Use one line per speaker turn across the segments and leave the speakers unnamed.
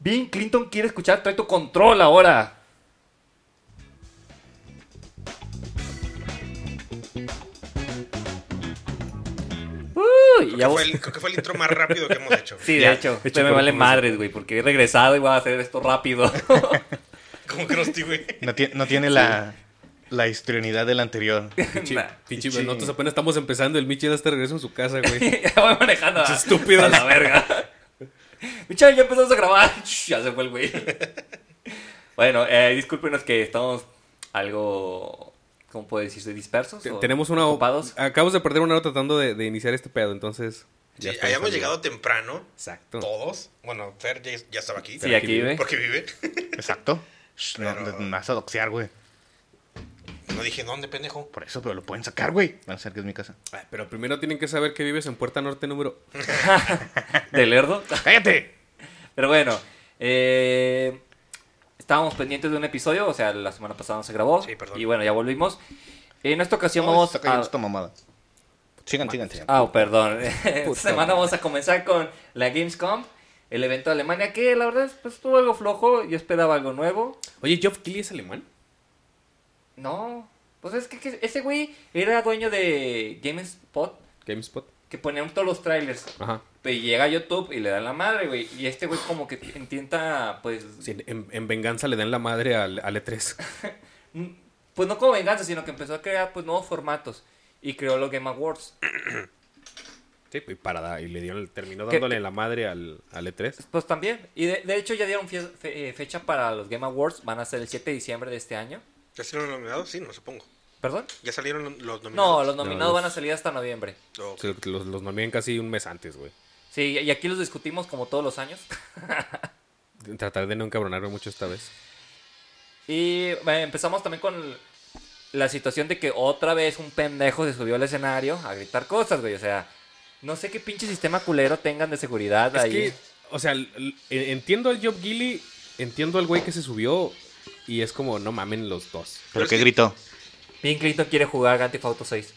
Bill Clinton quiere escuchar Trae tu control ahora. Uy,
Creo,
ya
que
voy-
fue el, creo que fue el intro más rápido que hemos hecho.
Sí,
Ya,
de hecho.
de
De
hecho,
me
fue-
vale madres, güey, porque he regresado y voy a hacer esto rápido.
Como Krusty, güey.
No, tie- no tiene la, la histrionidad del anterior.
Pinche,
Nah.
pinche,
Pinche-
nosotros apenas estamos empezando. El Michi ya está de regreso en su casa, güey.
ya voy manejando. a-
Estúpidos.
A la verga. Michelle, ya empezamos a grabar. Ya se fue el güey. bueno, eh, discúlpenos que estamos algo. ¿Cómo puedo decirse? Dispersos.
Te-
o
Tenemos una. Ah,
Ocupados.
Acabamos de perder una hora tratando de, de iniciar este pedo, entonces.
Sí,
ya estamos
hayamos
al-
llegado temprano.
Exacto.
Todos. Bueno, Fer ya, ya estaba aquí.
Sí, aquí vive.
Porque vive.
Exacto. Shh, no,
Pero-
me vas a doxear, güey.
No dije dónde, pendejo.
Por eso, pero lo pueden sacar, güey. Van a ser que es mi casa.
Ay, Ah, Pero primero tienen que saber que vives en Puerta Norte número.
De Lerdo.
¡Cállate!
Pero bueno, eh, estábamos pendientes de un episodio, o sea, la semana pasada no se grabó.
Sí, perdón.
Y bueno, ya volvimos. En esta ocasión
No,
vamos
está cayendo
a...
esta mamada. Sigan, sigan, sigan.
Ah, perdón. Esta
Puta
semana
madre.
vamos a comenzar con la Gamescom, el evento de Alemania, que la verdad pues, estuvo algo flojo, yo esperaba algo nuevo.
Oye, ¿Geoff Keighley es alemán?
No, pues es que, que ese güey era dueño de GameSpot,
GameSpot.
que ponían todos los trailers.
Ajá.
Y llega a YouTube y le da la madre, güey. Y este güey como que intenta, pues...
Sí, en- en, en venganza le dan la madre al, al E E3.
Mm, pues no como venganza, sino que empezó a crear pues nuevos formatos y creó los Game Awards.
Sí, y parada. Y le dieron, el- terminó
¿Qué-
dándole la madre al, al E E3.
Pues también, y de, de hecho ya dieron fie- fe- eh, fecha para los Game Awards, van a ser el 7 de diciembre de este año.
¿Ya salieron los nominados? Sí, no supongo.
¿Perdón?
¿Ya salieron los
No,
nominados?
los nominados
los-
van a salir hasta noviembre.
No.
O sea, Los, los nominan casi un mes antes, güey.
Sí, y aquí los discutimos como todos los años.
Tratar de no encabronarme mucho esta vez.
Y eh, empezamos también con la situación de que otra vez un pendejo se subió al escenario a gritar cosas, güey. O sea, no sé qué pinche sistema culero tengan de seguridad
Es
ahí.
que, o sea, l- l- entiendo al Job Gilly, entiendo al güey que se subió y es como, no mamen los dos.
¿Pero
Pero
qué
sí.
gritó?
Bill Clinton quiere jugar Grand Theft Auto 6.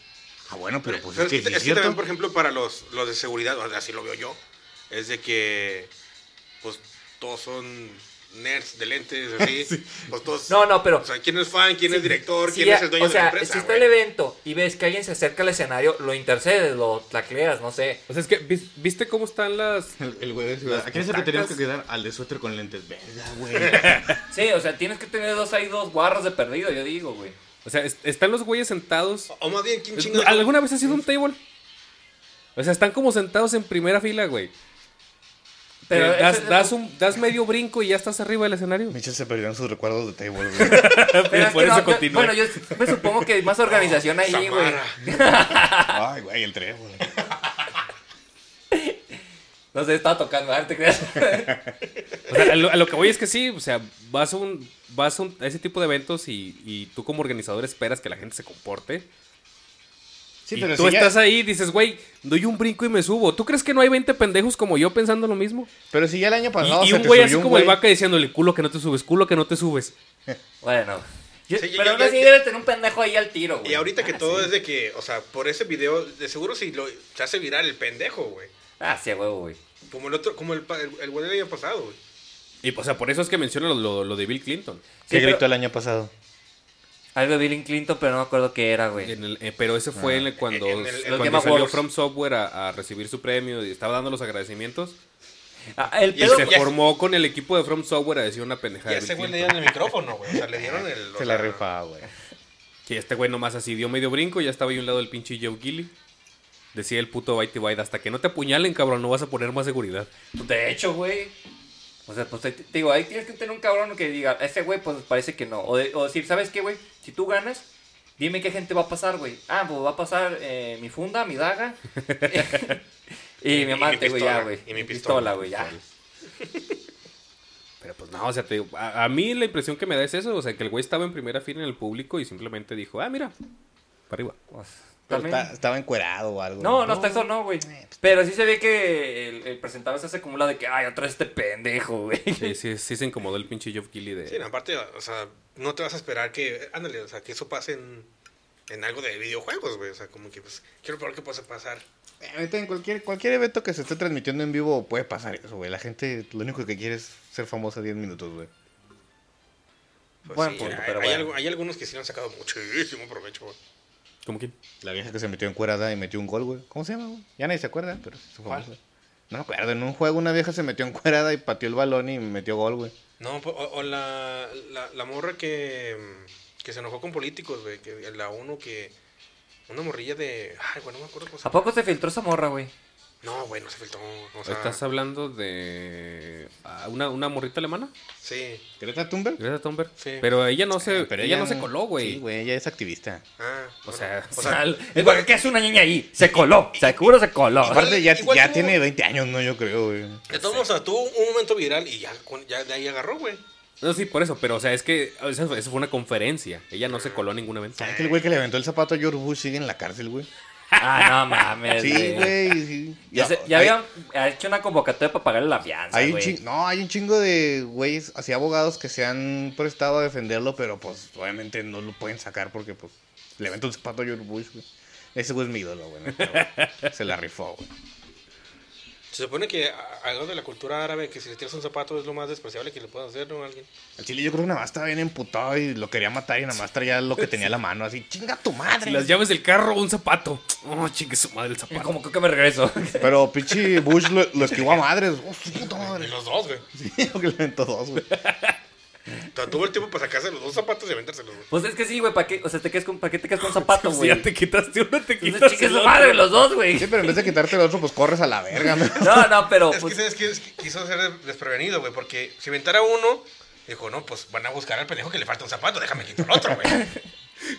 Ah, bueno, pero pues
Pero
es que sí es
también,
cierto.
por ejemplo, para los, los de seguridad, o sea, así lo veo yo, es de que, pues, todos son nerds de lentes, así, pues todos...
No, no, pero...
O sea, ¿quién es fan? ¿Quién es director?
Sí,
¿Quién es el dueño
o sea,
de la empresa?
si está
güey?
el evento y ves que alguien se acerca al escenario, lo intercedes, lo tacleas, no sé.
O sea, es que, vis- ¿viste cómo están las...?
El güey de ciudad. ¿A quién se teníamos que quedar? Al de suéter con lentes. Verga, güey.
Sí, o sea, tienes que tener dos ahí, dos guarros de perdido, yo digo, güey.
O sea, es- están los güeyes sentados...
O más bien, ¿quién
Es-
chinga?
¿Alguna vez has sido un table? O sea, están como sentados en primera fila, güey.
Pero
Pero das,
ese-
das un, das medio brinco y ya estás arriba del escenario.
Mitchell se perdieron sus recuerdos de table, güey.
Pero es que
por
no,
eso
yo-
continúa.
Bueno, yo me supongo que hay más organización ahí, güey.
Samara.
Ay, güey, el tren, güey.
No sé, estaba tocando, ¿verdad? ¿Te creas?
O sea, a lo, a lo que voy es que sí, o sea, vas a, un, vas a, un- a ese tipo de eventos y, y tú como organizador esperas que la gente se comporte.
Sí,
y
pero
tú
si ya-
estás ahí y dices, güey, doy un brinco y me subo. ¿Tú crees que no hay 20 pendejos como yo pensando lo mismo?
Pero si ya el año
Y-
pasado.
y,
Pues se
un
te
güey
subió
así
un
como el vaca diciéndole, culo que no te subes, culo que no te subes.
Bueno. Yo-
Sí, yo-
pero
yo-
aún
yo-
así debe tener un pendejo ahí al tiro, güey.
Y ahorita que
Ah,
todo
sí.
es de que, o sea, por ese video, de seguro si lo, se hace viral el pendejo, güey.
Ah, sí, a huevo, güey.
Como el otro, como el pa- el el güey del año pasado, güey.
Y o sea, por eso es que menciona lo, lo- lo de Bill Clinton.
¿Qué
Sí,
gritó
pero-
el año pasado?
Algo de Bill Clinton, pero no me acuerdo qué era, güey.
En el- eh, pero ese fue en el- cuando,
En el- en el
cuando
Game
salió
Awards.
From Software a, a recibir su premio y estaba dando los agradecimientos.
Ah, el
Y
pedo,
se
ya-
formó con el equipo de From Software a decir una pendejada.
Y a
de
ese
Bill
güey le
Clinton.
dieron el micrófono, güey. O sea, le dieron el... o
Se la
sea,
rifa, güey.
Que este güey nomás así dio medio brinco, ya estaba ahí a un lado del pinche Joe Gilly. Decía el puto Bite Bite, hasta que no te apuñalen, cabrón, no vas a poner más seguridad.
Pues, De hecho, güey. O sea, pues te, te digo, ahí tienes que tener un cabrón que diga, ese güey, pues parece que no. O, de- o decir, ¿sabes qué, güey? Si tú ganas, dime qué gente va a pasar, güey. Ah, pues va a pasar eh, mi funda, mi daga. y,
Y mi
mi amante, güey, ya,
pistola,
güey.
y mi
Mi
pistola.
pistola, güey, ya.
Pero pues no, o sea, te digo, a, a mí la impresión que me da es eso, o sea, que el güey estaba en primera fila en el público y simplemente dijo, ah, mira, para arriba.
Pues,
Pero
también-
está- Eh, pues, estaba encuerado o algo.
No, no, hasta eso no, güey. Pero sí se ve que el, el presentador se hace acumula de que, ay, otra vez este pendejo, güey.
Sí, sí, sí se incomodó el pinche Joe Gilly de...
Sí, no, aparte, o sea, no te vas a esperar que... Ándale, o sea, que eso pase en en algo de videojuegos, güey. O sea, como que pues, quiero probar qué puede pasar.
Eh, ahorita en cualquier, cualquier evento que se esté transmitiendo en vivo puede pasar eso, güey. La gente lo único que quiere es ser famosa 10 minutos, güey.
Pues,
Buen
sí,
punto,
hay,
pero
hay
bueno.
algo- hay algunos que sí le han sacado muchísimo provecho, güey.
¿Cómo quién?
La vieja que se metió en cuerda y metió un gol, güey. ¿Cómo se llama, güey? Ya nadie se acuerda, pero sí se famosa. No me acuerdo, en un juego una vieja se metió en cuerda y pateó el balón y metió gol, güey.
No, po- o, o la, la, la morra que, mm, que se enojó con políticos, güey. Que, la uno que. Una morrilla de. Ay, güey, no me acuerdo cómo se
¿A poco se filtró esa morra, güey?
No, güey, no se filtró. O sea,
¿Estás hablando de ah, una, una morrita alemana?
Sí.
¿Greta Thunberg?
Greta Thunberg.
Sí.
Pero ella no se, Eh, ella no se coló, güey.
Eh, Sí, güey, ella es activista.
Ah,
o
bueno.
sea,
O sea, es porque ¿qué hace una niña ahí? Se coló, seguro se coló.
Aparte, ya,
igual
ya
tuvo-
tiene 20 años, ¿no? Yo creo, güey.
De todos modos, o sea, tuvo un momento viral y ya, con- ya de ahí agarró, güey.
no, sí, por eso, pero o sea, es que o sea, eso fue una conferencia. Ella no se coló a ningún evento.
¿Sabes que el güey que le aventó el zapato a George Bush sigue en la cárcel, güey?
Ah, no mames.
Sí, güey, sí.
Ya, se- ya
Hay-
habían ah, hecho una convocatoria para pagarle la fianza,
Hay un
güey.
chin- no, hay un chingo de güeyes, así abogados que se han prestado a defenderlo, pero pues obviamente no lo pueden sacar porque pues le aventó un zapato a George Bush, güey. Ese güey es mi ídolo, güey. neta, güey. Se la rifó, güey.
Se supone que a- algo de la cultura árabe, que si le tiras un zapato es lo más despreciable que le puedas hacer, ¿no? A Alguien.
Al chile yo creo que nada más estaba bien emputado y lo quería matar y nada más traía lo que tenía en la mano, así, chinga tu madre.
Si las llaves del carro, un zapato. Oh, chingue su madre el zapato.
Como que me regreso.
Pero pinche Bush lo, lo esquivó a madres. Oh, su puta
Y
madre.
los dos, güey.
Creo que le aventó dos, güey.
O sea, tuvo el tiempo para sacarse los dos zapatos y aventárselos, güey.
Pues es que sí, güey, ¿para qué? O sea, te quedas con, ¿para qué te quedas con zapato,
si
güey?
ya te quitaste uno, te
Entonces,
quitas
chingue
el
su
otro.
madre los dos,
Sí,
güey.
pero en vez de quitarte el otro, pues corres a la verga, güey.
No, no, pero
Es que,
pues,
¿sabes qué? Es que quiso ser des- desprevenido, güey, porque si aventara uno, dijo, no, pues van a buscar al pendejo que le falta un zapato, déjame quitar el otro, güey.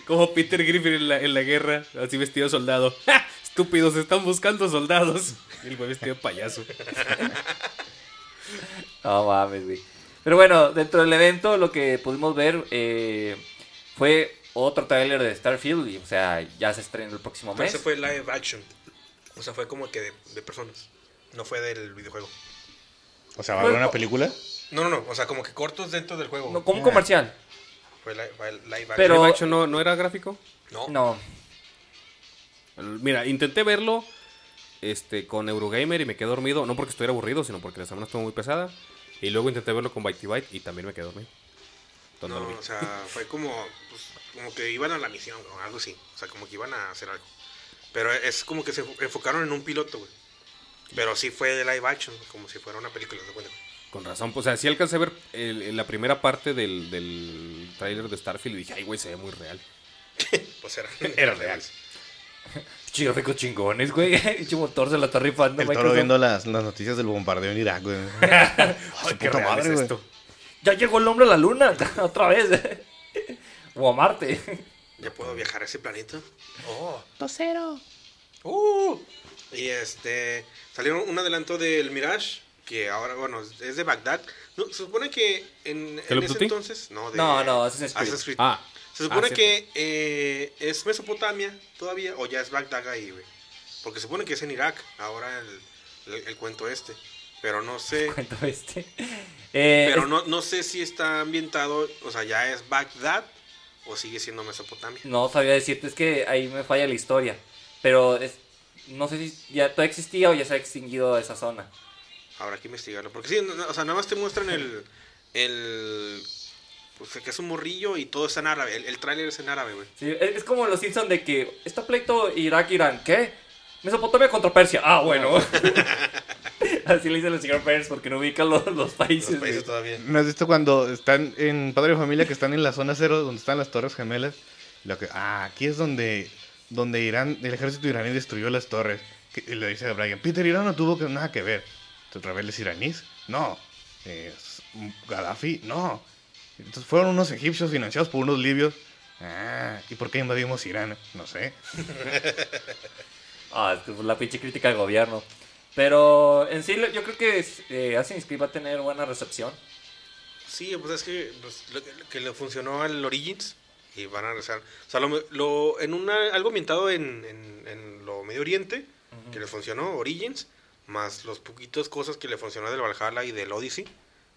Como Peter Griffin en la, en la guerra, así vestido de soldado. ¡Ja! Estúpidos, están buscando soldados. Y el güey vestido de payaso.
No mames, güey. Pero bueno, dentro del evento lo que pudimos ver eh, fue otro tráiler de Starfield. Y, o sea, ya se estrena el próximo
Pero
mes.
ese fue live action. O sea, fue como que de, de personas. No fue del videojuego.
O sea, ¿va a haber una película?
No, no, no. O sea, como que cortos dentro del juego.
No, como un comercial.
Fue li- fue live, action.
Pero-
¿El macho no, no era gráfico?
no.
No.
Mira, intenté verlo este, con Eurogamer y me quedé dormido. No porque estuviera aburrido, sino porque la semana estuvo muy pesada. Y luego intenté verlo con Bitey Byte y también me quedé dormido. Entonces,
No,
dormí.
o sea, fue como, pues, como que iban a la misión o algo así. O sea, como que iban a hacer algo. Pero es como que se enfocaron en un piloto, güey. Pero sí fue de live action, como si fuera una película. ¿te cuenta?
Con razón, pues, o sea, sí alcancé a ver el- la primera parte del, del tráiler de Starfield y dije, ay, güey, se ve muy real.
Pues era,
Era real.
Chirrico chingones, güey. Pinche motor se la está rifando.
El
Microsoft.
toro viendo las, las noticias del bombardeo en Irak, güey.
Ay,
Su puta
real
madre,
es
güey.
esto.
Ya llegó el hombre a la luna. Otra vez. o a Marte.
¿Ya puedo viajar a ese planeta? Oh.
Tosero.
Uh. Y este. Salió un adelanto del Mirage. Que ahora, bueno, es de Bagdad. No, se supone que en, en
¿Hello,
ese
Pluto?
entonces. No, de,
No, no, Assassin's Creed.
Ah,
Se supone
ah, cierto.
que eh, es Mesopotamia todavía, o ya es Bagdad ahí, güey. Porque se supone que es en Irak, ahora el, el- el cuento este. Pero no sé,
Cuento este. Eh,
pero
es-
no, no sé si está ambientado, o sea, ya es Bagdad o sigue siendo Mesopotamia.
No sabía decirte, es que ahí me falla la historia. Pero es- no sé si ya todavía existía o ya se ha extinguido esa zona.
Habrá que investigarlo. Porque sí, no- no, o sea, nada más te muestran el. el pues que es un morrillo y todo está en árabe. El, el tráiler es en árabe, güey.
Sí, es, es como los Simpsons de que está pleito Irak-Irán. ¿Qué? Mesopotamia contra Persia. Ah, bueno. Así le dicen el señor Pérez porque no ubica los, los países.
Ah. Los países
güey.
todavía.
¿No has visto cuando están en Padre de Familia que están en la zona cero donde están las Torres Gemelas? Lo que, ah, aquí es donde, donde Irán, el ejército iraní destruyó las torres. Que- y le dice a Brian, Peter Irán no tuvo que- nada que ver. ¿Tus rebeldes iraníes? No. Eh, Gaddafi? No. Entonces fueron unos egipcios financiados por unos libios. Ah, ¿y por qué invadimos Irán? No sé.
Ah, es que fue la pinche crítica del gobierno. Pero en sí, lo- yo creo que eh, Assassin's Creed va a tener buena recepción.
Sí, pues es que, pues, lo que- lo que le funcionó al Origins y van a regresar. O sea, lo, lo- en una, algo ambientado en, en, en lo Medio Oriente, que le funcionó Origins, más los poquitos cosas que le funcionó del Valhalla y del Odyssey,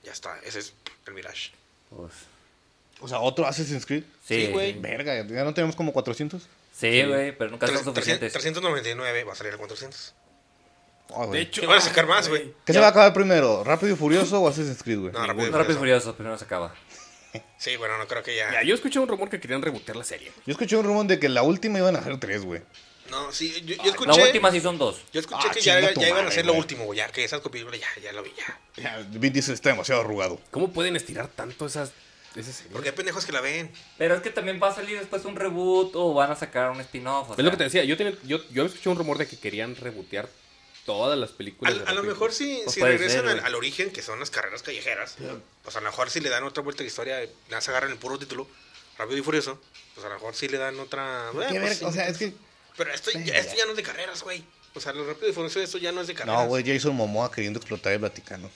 ya está, ese es el Mirage.
Pues,
O sea, otro Assassin's Creed.
sí,
Sí, güey.
Verga, ya no tenemos como 400.
Sí, güey, pero nunca son
Tres- trescientos-
suficientes.
399 va a salir a 400.
Ah, güey.
De hecho,
Que van a sacar más, güey.
¿Qué se va a acabar primero? ¿Rápido y Furioso o Assassin's Creed, güey?
No,
Rápido
rápido.
y
por
Furioso.
eso.
primero se acaba.
Sí, bueno, no creo que
Mira,
ya.
yo escuché un rumor que querían rebotear la serie.
Yo escuché un rumor de que la última iban a hacer tres, güey.
No, sí, yo, yo escuché.
Ah, La última sí son dos.
Yo escuché
Ah,
que ya,
chinga tu
ya iban a
madre,
hacer lo
güey.
último, güey. Ya, que esas película ya, ya lo vi, ya.
Ya, Vin Diesel está demasiado arrugado.
¿Cómo pueden estirar tanto esas, esa serie?
Porque hay pendejos que la ven.
Pero es que también va a salir después un reboot o van a sacar un spin-off. o
es lo
sea.
que te decía, yo, tenía, yo, yo había escuchado un rumor de que querían rebotear todas las películas.
Al-
de
a lo
Rápido y
mejor
Furioso.
si,
Pues
si
puede
regresan
ser,
al,
güey.
al origen, que son las carreras callejeras, pues a lo mejor si le dan otra vuelta de historia, nada más agarran el puro título, Rápido y Furioso, pues a lo mejor si le dan otra... eh,
Qué
pues
ver-
sí.
o sea, es que.
Pero esto, ya- esto ya no es de carreras, güey. O sea, lo Rápido y Furioso esto ya no es de carreras.
No, güey, Jason Momoa queriendo explotar el Vaticano.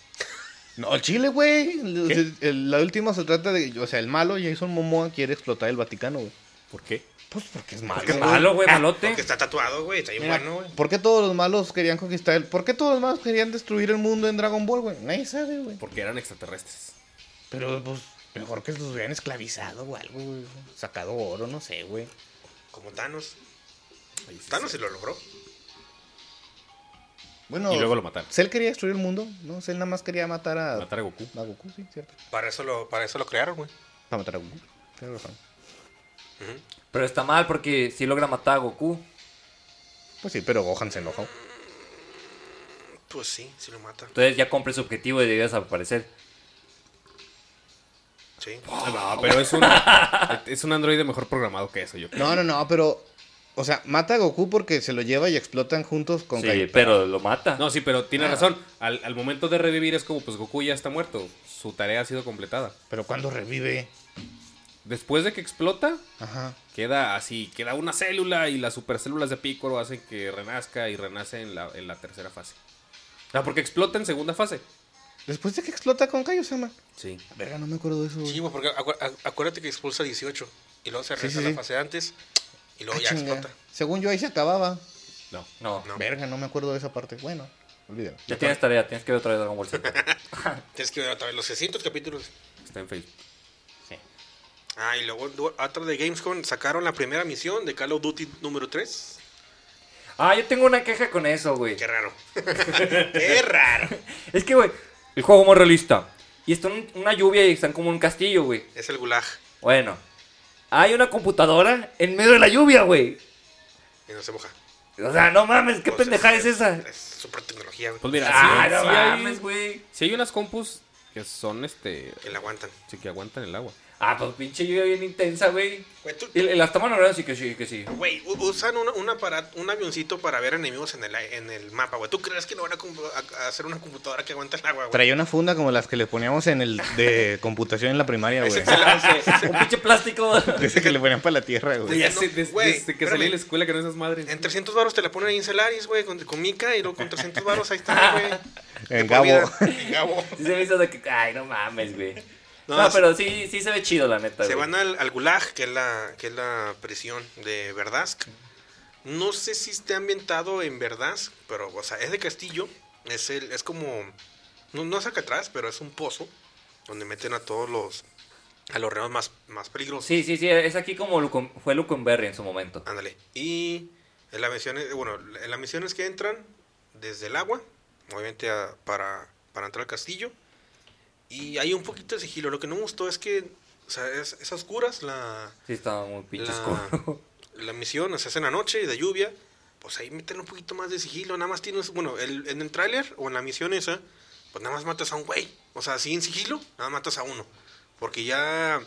No, el Chile, güey. O sea, el- La última se trata de. O sea, el malo Jason Momoa quiere explotar el Vaticano, güey.
¿Por qué?
Pues porque es
Qué
malo. güey.
malo, güey, malote.
Porque está tatuado, güey, está bien
Mira,
bueno, güey.
¿Por qué todos los malos querían conquistar el.? ¿Por qué todos los malos querían destruir el mundo en Dragon Ball, güey? Nadie sabe, güey.
Porque eran extraterrestres.
Pero, pues, mejor que los hubieran esclavizado o algo, güey. Sacado oro, no sé, güey.
Como Thanos.
Ahí sí,
Thanos
sí.
se lo logró.
Bueno,
Y luego lo mataron.
Cell quería destruir el mundo, ¿no? Cell nada más quería matar a.
Matar a Goku.
a Goku, sí, cierto.
Para eso lo, para eso lo crearon, güey.
Para matar a Goku. Tienes razón.
Ujú.
Pero está mal porque si logra matar a Goku.
Pues sí, pero Gohan se enojó.
Pues sí, sí lo mata.
Entonces ya cumple su objetivo y debe desaparecer.
Sí.
No, pero es un, es un androide mejor programado que eso, yo creo.
No, no, no, pero. O sea, mata a Goku porque se lo lleva y explotan juntos con
Sí,
Kai-
pero lo mata.
No, sí, pero
Ah.
tiene razón. Al, al momento de revivir es como, pues Goku ya está muerto. Su tarea ha sido completada.
Pero cuando revive.
Después de que explota,
Ajá.
queda así, queda una célula y las supercélulas de Piccolo hacen que renazca y renace en la, en la tercera fase. Ah, porque explota en segunda fase.
Después de que explota con Kai Osama.
Sí.
Verga, no me acuerdo de eso. güey.
Sí, güey, porque acu- acu- acuérdate que expulsa 18 y luego se
Sí,
regresa
sí,
a
sí.
la fase de antes y luego
Ah,
ya
chinga.
explota.
Según yo ahí se acababa.
No.
No.
No.
Verga, no me acuerdo de esa parte. Bueno, olvídalo.
Ya tienes tarea, tienes que ver otra vez Dragon Ball Z.
Tienes que ver otra vez los 600 capítulos.
Está en Facebook.
Ah, y luego du- atrás de Gamescom sacaron la primera misión de Call of Duty número 3.
Ah, yo tengo una queja con eso, güey.
Qué raro. Qué raro.
Es que, güey, el juego más realista. Y están en una lluvia y están como en un castillo, güey.
Es el gulag.
Bueno, hay una computadora en medio de la lluvia, güey.
Y no se moja.
O sea, no mames, qué
O sea,
pendejada es esa.
Es super tecnología, güey.
Pues mira,
Ah,
sí,
no
sí
mames,
hay,
güey.
sí hay unas compus que son este.
Que la aguantan.
Sí, que aguantan el agua.
Ah, pues pinche lluvia bien intensa, güey.
Güey, tú-
Y la está maniobrando, sí que sí, que sí.
Güey, u- usan un, un aparato, un avioncito para ver enemigos en el, ai- en el mapa, güey. ¿Tú crees que no van a, compu- a- a hacer una computadora que aguanta el agua, güey?
Traía una funda como las que le poníamos en el de computación en la primaria, güey.
Un pinche plástico.
Ese que le ponían para la tierra, güey.
Ya sé, des- Güey, desde
que
que
salí
salí espérame.
de
de la
la escuela con esas madres.
En 300 baros te la ponen ahí en Solaris, güey, con, con Mica y luego con 300 baros ahí está, güey.
En
De por
Gabo.
vida. En Gabo.
Sí se ve eso de que, ay, no mames, güey. No,
No, se-
pero sí, sí se ve chido, la neta,
Se
güey.
van al, al Gulag, que es, la, que es la prisión de Verdask. No sé si esté ambientado en Verdask, pero, o sea, es de castillo. Es, el, es como. No, no es acá atrás, pero es un pozo donde meten a todos los. A los reos más, más peligrosos.
Sí, sí, sí, es aquí como Lucan- fue Luconberry en su momento.
Ándale. Y en la misión es, bueno, en la misión es que entran desde el agua, obviamente a- para, para entrar al castillo. Y hay un poquito de sigilo. Lo que no me gustó es que, o sea, es, es a oscuras la,
Sí, estaba muy pinche
La-
oscuro.
la misión, se hace en la noche y de lluvia. Pues ahí meten un poquito más de sigilo. Nada más tienes, bueno, el- en el tráiler o en la misión esa, pues nada más matas a un güey. O sea, sin sigilo, nada matas a uno. Porque ya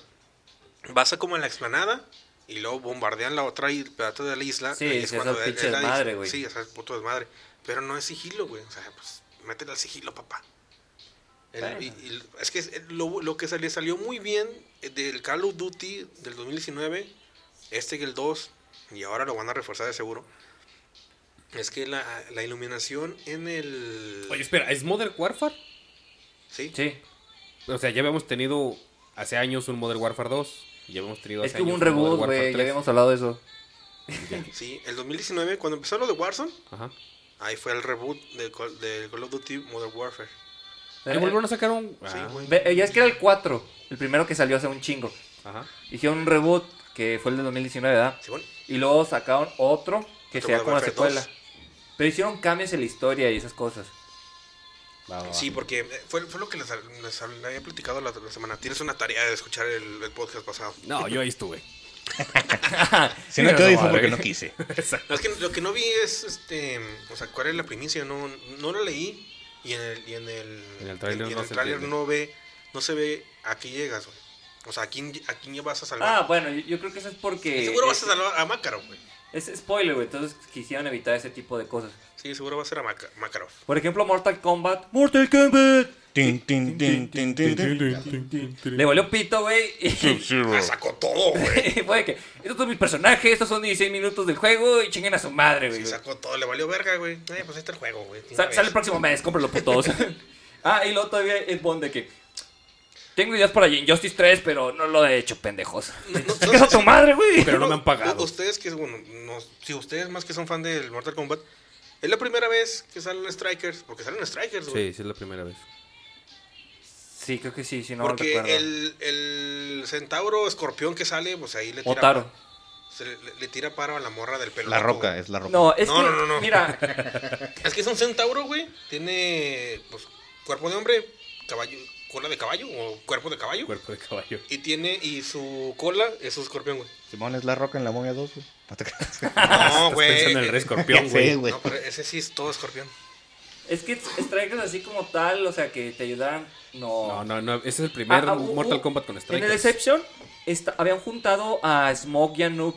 vas a como en la explanada y luego bombardean la otra y pedazo de la isla.
Sí,
y
sí, es un
es-
pinche
es la isla.
desmadre, güey.
Sí, o sea, es puto desmadre. Pero no es sigilo, güey. O sea, pues métele al sigilo, papá. El-
Bueno.
y- y- es que es- lo, lo que salió, salió muy bien eh, del Call of Duty del 2019, este que el 2, y ahora lo van a reforzar de seguro. Es que la, la iluminación en el.
Oye, espera, ¿es Modern Warfare?
sí,
Sí,
O sea, ya habíamos tenido hace años un Modern Warfare 2. Y ya habíamos tenido
es
hace
que hubo
años
un
Modern
reboot,
Warfare
güey, ya
3.
habíamos hablado de eso.
sí, el 2019, cuando empezó lo de Warzone,
Ajá.
ahí fue el reboot del Call, del Call of Duty Modern Warfare. Eh,
¿Y volvieron a sacar un...?
Sí,
Ah,
güey.
Ve- eh, Ya es que era el 4, el primero que salió hace un chingo.
Ajá.
Hicieron un reboot que fue el del 2019, ¿verdad?
Simón.
Y luego sacaron otro que
Otro
sea como la
Modern Warfare
secuela. Pero hicieron cambios en la historia y esas cosas.
Va, va, va.
Sí, porque eh, fue, fue lo que les, les había platicado la, la semana. Tienes una tarea de escuchar el, el podcast pasado.
No, yo ahí estuve.
Si no
Mira
te
esa
dijo
madre.
porque no quise.
No, es que lo que no vi es, este, o sea, cuál es la primicia, no, no lo leí y en el, y en el,
En el tráiler
y en
no
el
se
tráiler
entiende.
no ve, no se ve a qué llegas, güey. O sea, a quién, a quién vas a
Ah,
salvar.
bueno, yo, yo creo que eso es
eh,
porque.
seguro vas
es-
a
este
salvar a Makarov, güey.
Es spoiler, güey. Entonces quisieron evitar ese tipo de cosas.
Sí, seguro va a ser a Maka- Makarov.
Por ejemplo, Mortal Kombat. ¡Mortal Kombat!
Tin, tin, tin, tin, tin, tin.
Le valió pito, güey. Y
Ah, sacó todo, güey.
fue de que estos son mis personajes, estos son 16 minutos del juego y chinguen a su madre, güey.
Sí, sacó todo, le valió verga, güey. Eh, pues ahí está el juego, güey.
Sa- sale el próximo mes, cómpralo putos. ah, y luego todavía es Bond de que. Tengo ideas para Injustice 3, pero no lo he hecho, pendejos. ¿Qué es a tu madre, güey?
Pero no me han
U-
pagado.
Ustedes que, bueno, no, si ustedes más que son fan del Mortal Kombat, es la primera vez que salen Strikers, porque salen Strikers, güey.
Sí, sí es la primera vez.
Sí, creo que sí, si no
Porque
recuerdo.
el, el centauro escorpión que sale, pues ahí le tira,
Otaro.
se le, le tira paro a la morra del pelo.
La
rojo,
roca, eh.
güey.
es la roca.
No, es
No,
que,
no, no, no.
mira,
Es que es un centauro, güey. Tiene pues, cuerpo de hombre, caballo, cola de caballo o cuerpo de caballo.
Cuerpo de caballo.
Y tiene, y su cola es un escorpión, güey.
Simón es la roca en la momia 2, güey. No te creas.
No,
Estás
güey.
pensando en el
Ya
rey escorpión,
sé,
güey.
güey.
No, pero ese sí es todo escorpión.
es que strikers así como tal, o sea, que te ayudaran,
No, no, no. Ese es el primer
Ah, ah, uh,
Mortal
uh,
Kombat con
En el
Strikers.
Deception esta- habían juntado a Smoke y a Noob.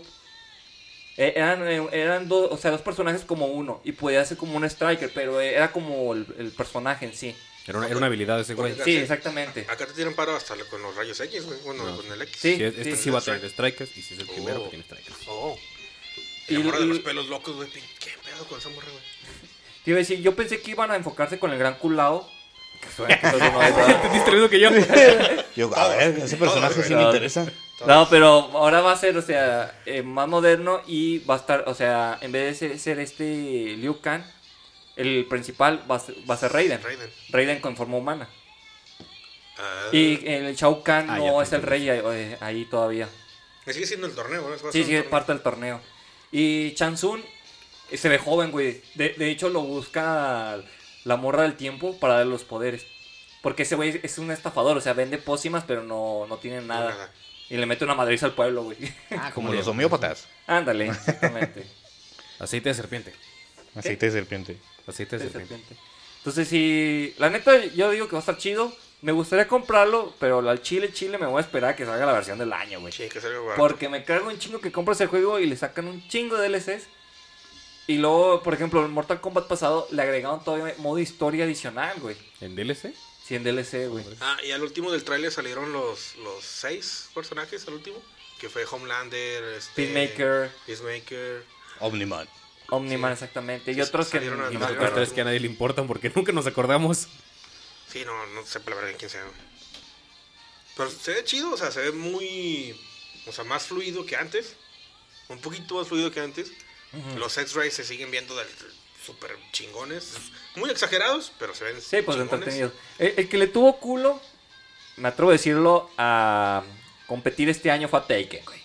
Eh, eran eh, eran dos, o sea, dos personajes como uno. Y podía ser como un Striker, pero eh, era como el, el personaje en sí.
Era una, era una habilidad ese güey.
Porque-
Sí,
sí. Ah.
exactamente.
Acá te tiran paro hasta con los rayos X, güey. Bueno,
No.
con el X.
Sí,
Sí, este
sí.
sí, va a tener Strikers y sí es el primero
Oh.
que tiene Strikers.
Oh. Y la
Y-
morra de
y-
los pelos locos, güey. ¿Qué pedo con esa morra, güey?
Te iba a decir, yo pensé que iban a enfocarse con el gran culao. Que suena que suena de nuevo, ¿verdad?
¿Entendiste lo mismo que yo?
Yo, a ver, ese personaje sí me
Todos.
interesa.
No, pero ahora va a ser, o sea, eh, más moderno y va a estar, o sea, en vez de ser, ser este Liu Kang, el principal va a ser, va a ser Raiden.
Raiden.
Raiden con forma humana.
Ah.
Y el Shao Kahn
Ah, ya
no
te
es el rey eh, ahí todavía.
Me sigue siendo el torneo,
Pues
¿no?
Sí, sí, es
parte
parte del torneo. Y Chansun se ve joven, güey. De, de hecho, lo busca la morra del tiempo para darle los poderes. Porque ese güey es un estafador, o sea, vende pócimas, pero no, no tiene nada.
nada.
Y le mete una madriza al pueblo, güey.
Ah, como
le
los
llaman?
homeópatas.
Ándale, exactamente.
Aceite de serpiente.
Aceite de serpiente.
Aceite de
De
serpiente.
serpiente. Entonces, sí, la neta, yo digo que va a estar chido. Me gustaría comprarlo, pero al chile, chile, me voy a esperar a que salga la versión del año, güey.
Sí, que salió barato.
Porque me cargo un chingo que compras el juego y le sacan un chingo de DLCs. Y luego, por ejemplo, en Mortal Kombat pasado le agregaron todavía modo historia adicional, güey.
¿En DLC?
100 DLC, güey.
Ah, y al último del tráiler salieron los, los seis personajes, al último. Que fue Homelander, este,
Peacemaker,
Peacemaker.
Omnimon.
Omniman,
sí.
exactamente. Y
Sí,
otros que
salieron a-
ni me
salieron
Los
acuerdo.
tres que a nadie le importan porque nunca nos acordamos.
Sí, no, no sé palabra de quién sea. güey. Pero se ve chido, o sea, se ve muy. O sea, más fluido que antes. Un poquito más fluido que antes. Los X-Rays se siguen viendo del- súper chingones. Muy exagerados, pero se ven.
Sí, pues
chingones.
entretenido. El, el que le tuvo culo, me atrevo a decirlo, a competir este año fue a Taken, güey.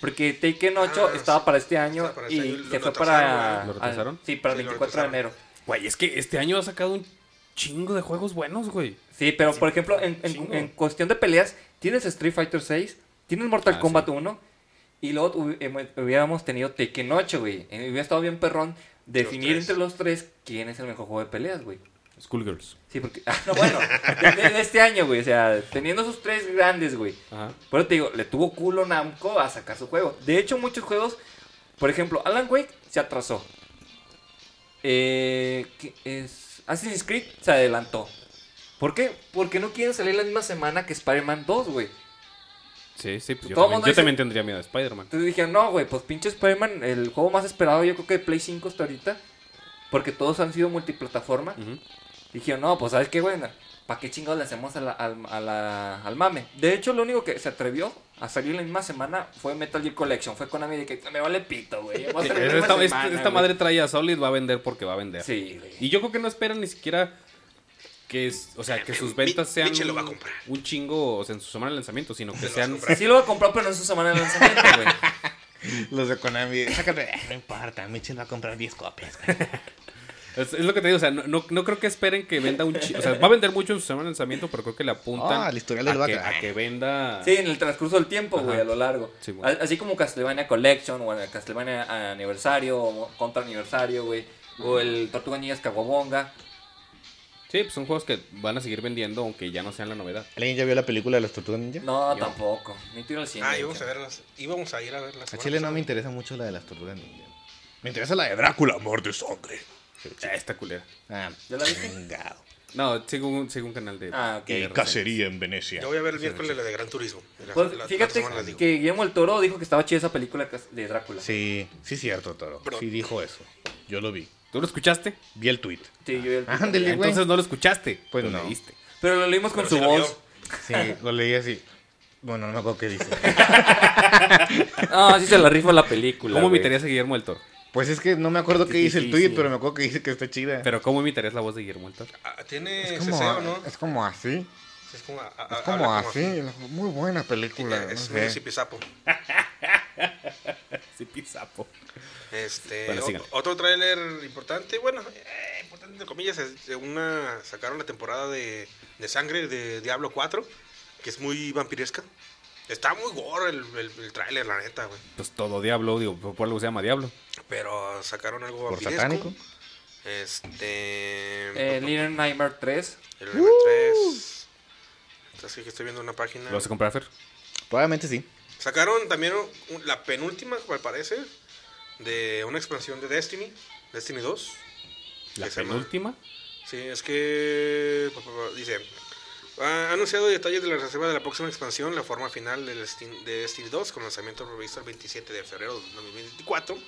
Porque Taken 8
Ah,
estaba
sí.
para este año
Estaba para este año,
y
lo-
se
lo
fue para...
retrasaron,
¿no? ¿Lo
al-
retrasaron?
Sí, para el
Sí, lo
24 de
retrasaron.
enero.
Güey, es que este año ha sacado un chingo de juegos buenos, güey.
Sí, pero por ejemplo, en, en-
chingo.
en cuestión de peleas, tienes Street Fighter 6, tienes Mortal
Ah,
Kombat
sí.
1, y luego tuvi- hemo- hubiéramos tenido Tekken 8, güey. Eh, Hubiera estado bien perrón definir
tres.
entre los tres quién es el mejor juego de peleas, güey.
Schoolgirls.
Sí, porque. Ah, no, bueno, de, de este año, güey. O sea, teniendo esos tres grandes, güey.
Ajá.
Por eso te digo, le tuvo culo Namco a sacar su juego. De hecho, muchos juegos, por ejemplo, Alan Wake se atrasó. Eh, ¿qué es? Assassin's Creed se adelantó. ¿Por qué? Porque no quieren salir la misma semana que Spider-Man 2, güey.
Sí, sí, pues yo,
Todo
también,
mundo
yo
dice-
también tendría miedo de Spider-Man.
Entonces dije, no, güey, pues pinche Spider-Man, el juego más esperado yo creo que de Play 5 hasta ahorita. Porque todos han sido multiplataforma.
Ujú.
Dijeron, no, pues sabes qué, güey, ¿para qué chingados le hacemos a la- al, a la- al mame? De hecho, lo único que se atrevió a salir la misma semana fue Metal Gear Collection. Fue Konami de que me vale pito, güey. yo voy a salir la misma
Pero Esta,
semana,
esta- esta
güey".
madre traía Solid, va a vender porque va a vender.
Sí, güey.
Y yo creo que no esperan ni siquiera que es, o sea, que sus ventas
Mi-
sean
Mitchell lo va a comprar.
un chingo, o sea, en su semana de lanzamiento, sino que
Se lo va a
sean...
comprar.
Sí lo voy a comprar, pero no es su semana de lanzamiento, güey.
Los de Konami. Sácate. No importa, Mitchell va a comprar 10 copias. güey.
Es, es lo que te digo, o sea, no, no, no creo que esperen que venda un chingo, o sea, va a vender mucho en su semana de lanzamiento, pero creo que le apuntan
Ah, el historial del
a, que,
vaca.
a que venda...
Sí, en el transcurso del tiempo,
Ajá.
güey, a lo largo.
Sí, bueno.
A- Así como Castlevania Collection, o el Castlevania Aniversario, o Contra Aniversario, güey. O el Tortuga Ninjas Caguabonga.
Sí, pues son juegos que van a seguir vendiendo aunque ya no sean la novedad.
¿Alguien ya vio la película de las tortugas ninja?
No, tampoco. Ni tiro al cine.
Ah,
güey,
íbamos a
chavo.
verlas. Íbamos a ir a verlas.
A Chile no me interesa mucho la de las tortugas ninja. Me interesa la de Drácula, amor de sangre.
Ah, Esta culera.
Ah,
¿Ya la viste?
Mm,
chingado.
No, sigo un, sigo un canal de...
Ah, ok.
de
Y
reseñas.
cacería en Venecia.
Yo voy a ver el miércoles la de Gran Turismo. La-
Pues,
la- la
fíjate
semana les digo.
que Guillermo el Toro dijo que estaba chida esa película cas- de Drácula.
Sí, sí es cierto, Toro.
Bro.
Sí dijo eso. Yo lo vi.
¿Tú lo escuchaste?
Vi el tweet.
Sí, yo y el-
Ándale, güey.
Entonces no lo escuchaste.
Pues
lo
no.
leíste.
Pero lo leímos con
Pero
su
sí la
voz.
Sí, lo leí así. Bueno, no me acuerdo qué dice.
Ah, sí se la rifa la película.
¿Cómo
güey.
imitarías a Guillermo del Toro?
Pues es que no me acuerdo qué dice el tweet,
difícil.
pero me acuerdo que dice que está chida.
Pero ¿cómo imitarías la voz de Guillermo del Toro?
Ah, Tiene
es
CC o no?
como, es como así.
Es como, a- a-
Es
habla
como así. Muy buena película. no
Es
sé.
un zipizapo.
Sí, pisapo.
Este,
Bueno,
o-
síganle.
otro tráiler importante, bueno, eh, importante entre comillas, es de una, sacaron la temporada de, de sangre de Diablo 4, que es muy vampiresca. Está muy gore el, el, el tráiler, la neta, güey.
Pues todo diablo, digo, por algo se llama diablo.
Pero sacaron algo
Por
vampiresco.
satánico.
Este...
Eh, Little Nightmare 3.
El Reven 3. Entonces que estoy viendo una página.
¿Lo vas a comprar, Fer?
Probablemente sí.
Sacaron también un- la penúltima, al parecer, de una expansión de Destiny, Destiny 2.
¿La
que se llama-
penúltima?
Sí, es que. pa, pa, pa, Dice. Ha anunciado detalles de la reserva de la próxima expansión, la forma final del Steam- de Destiny 2, con lanzamiento previsto el 27 de febrero de 2024.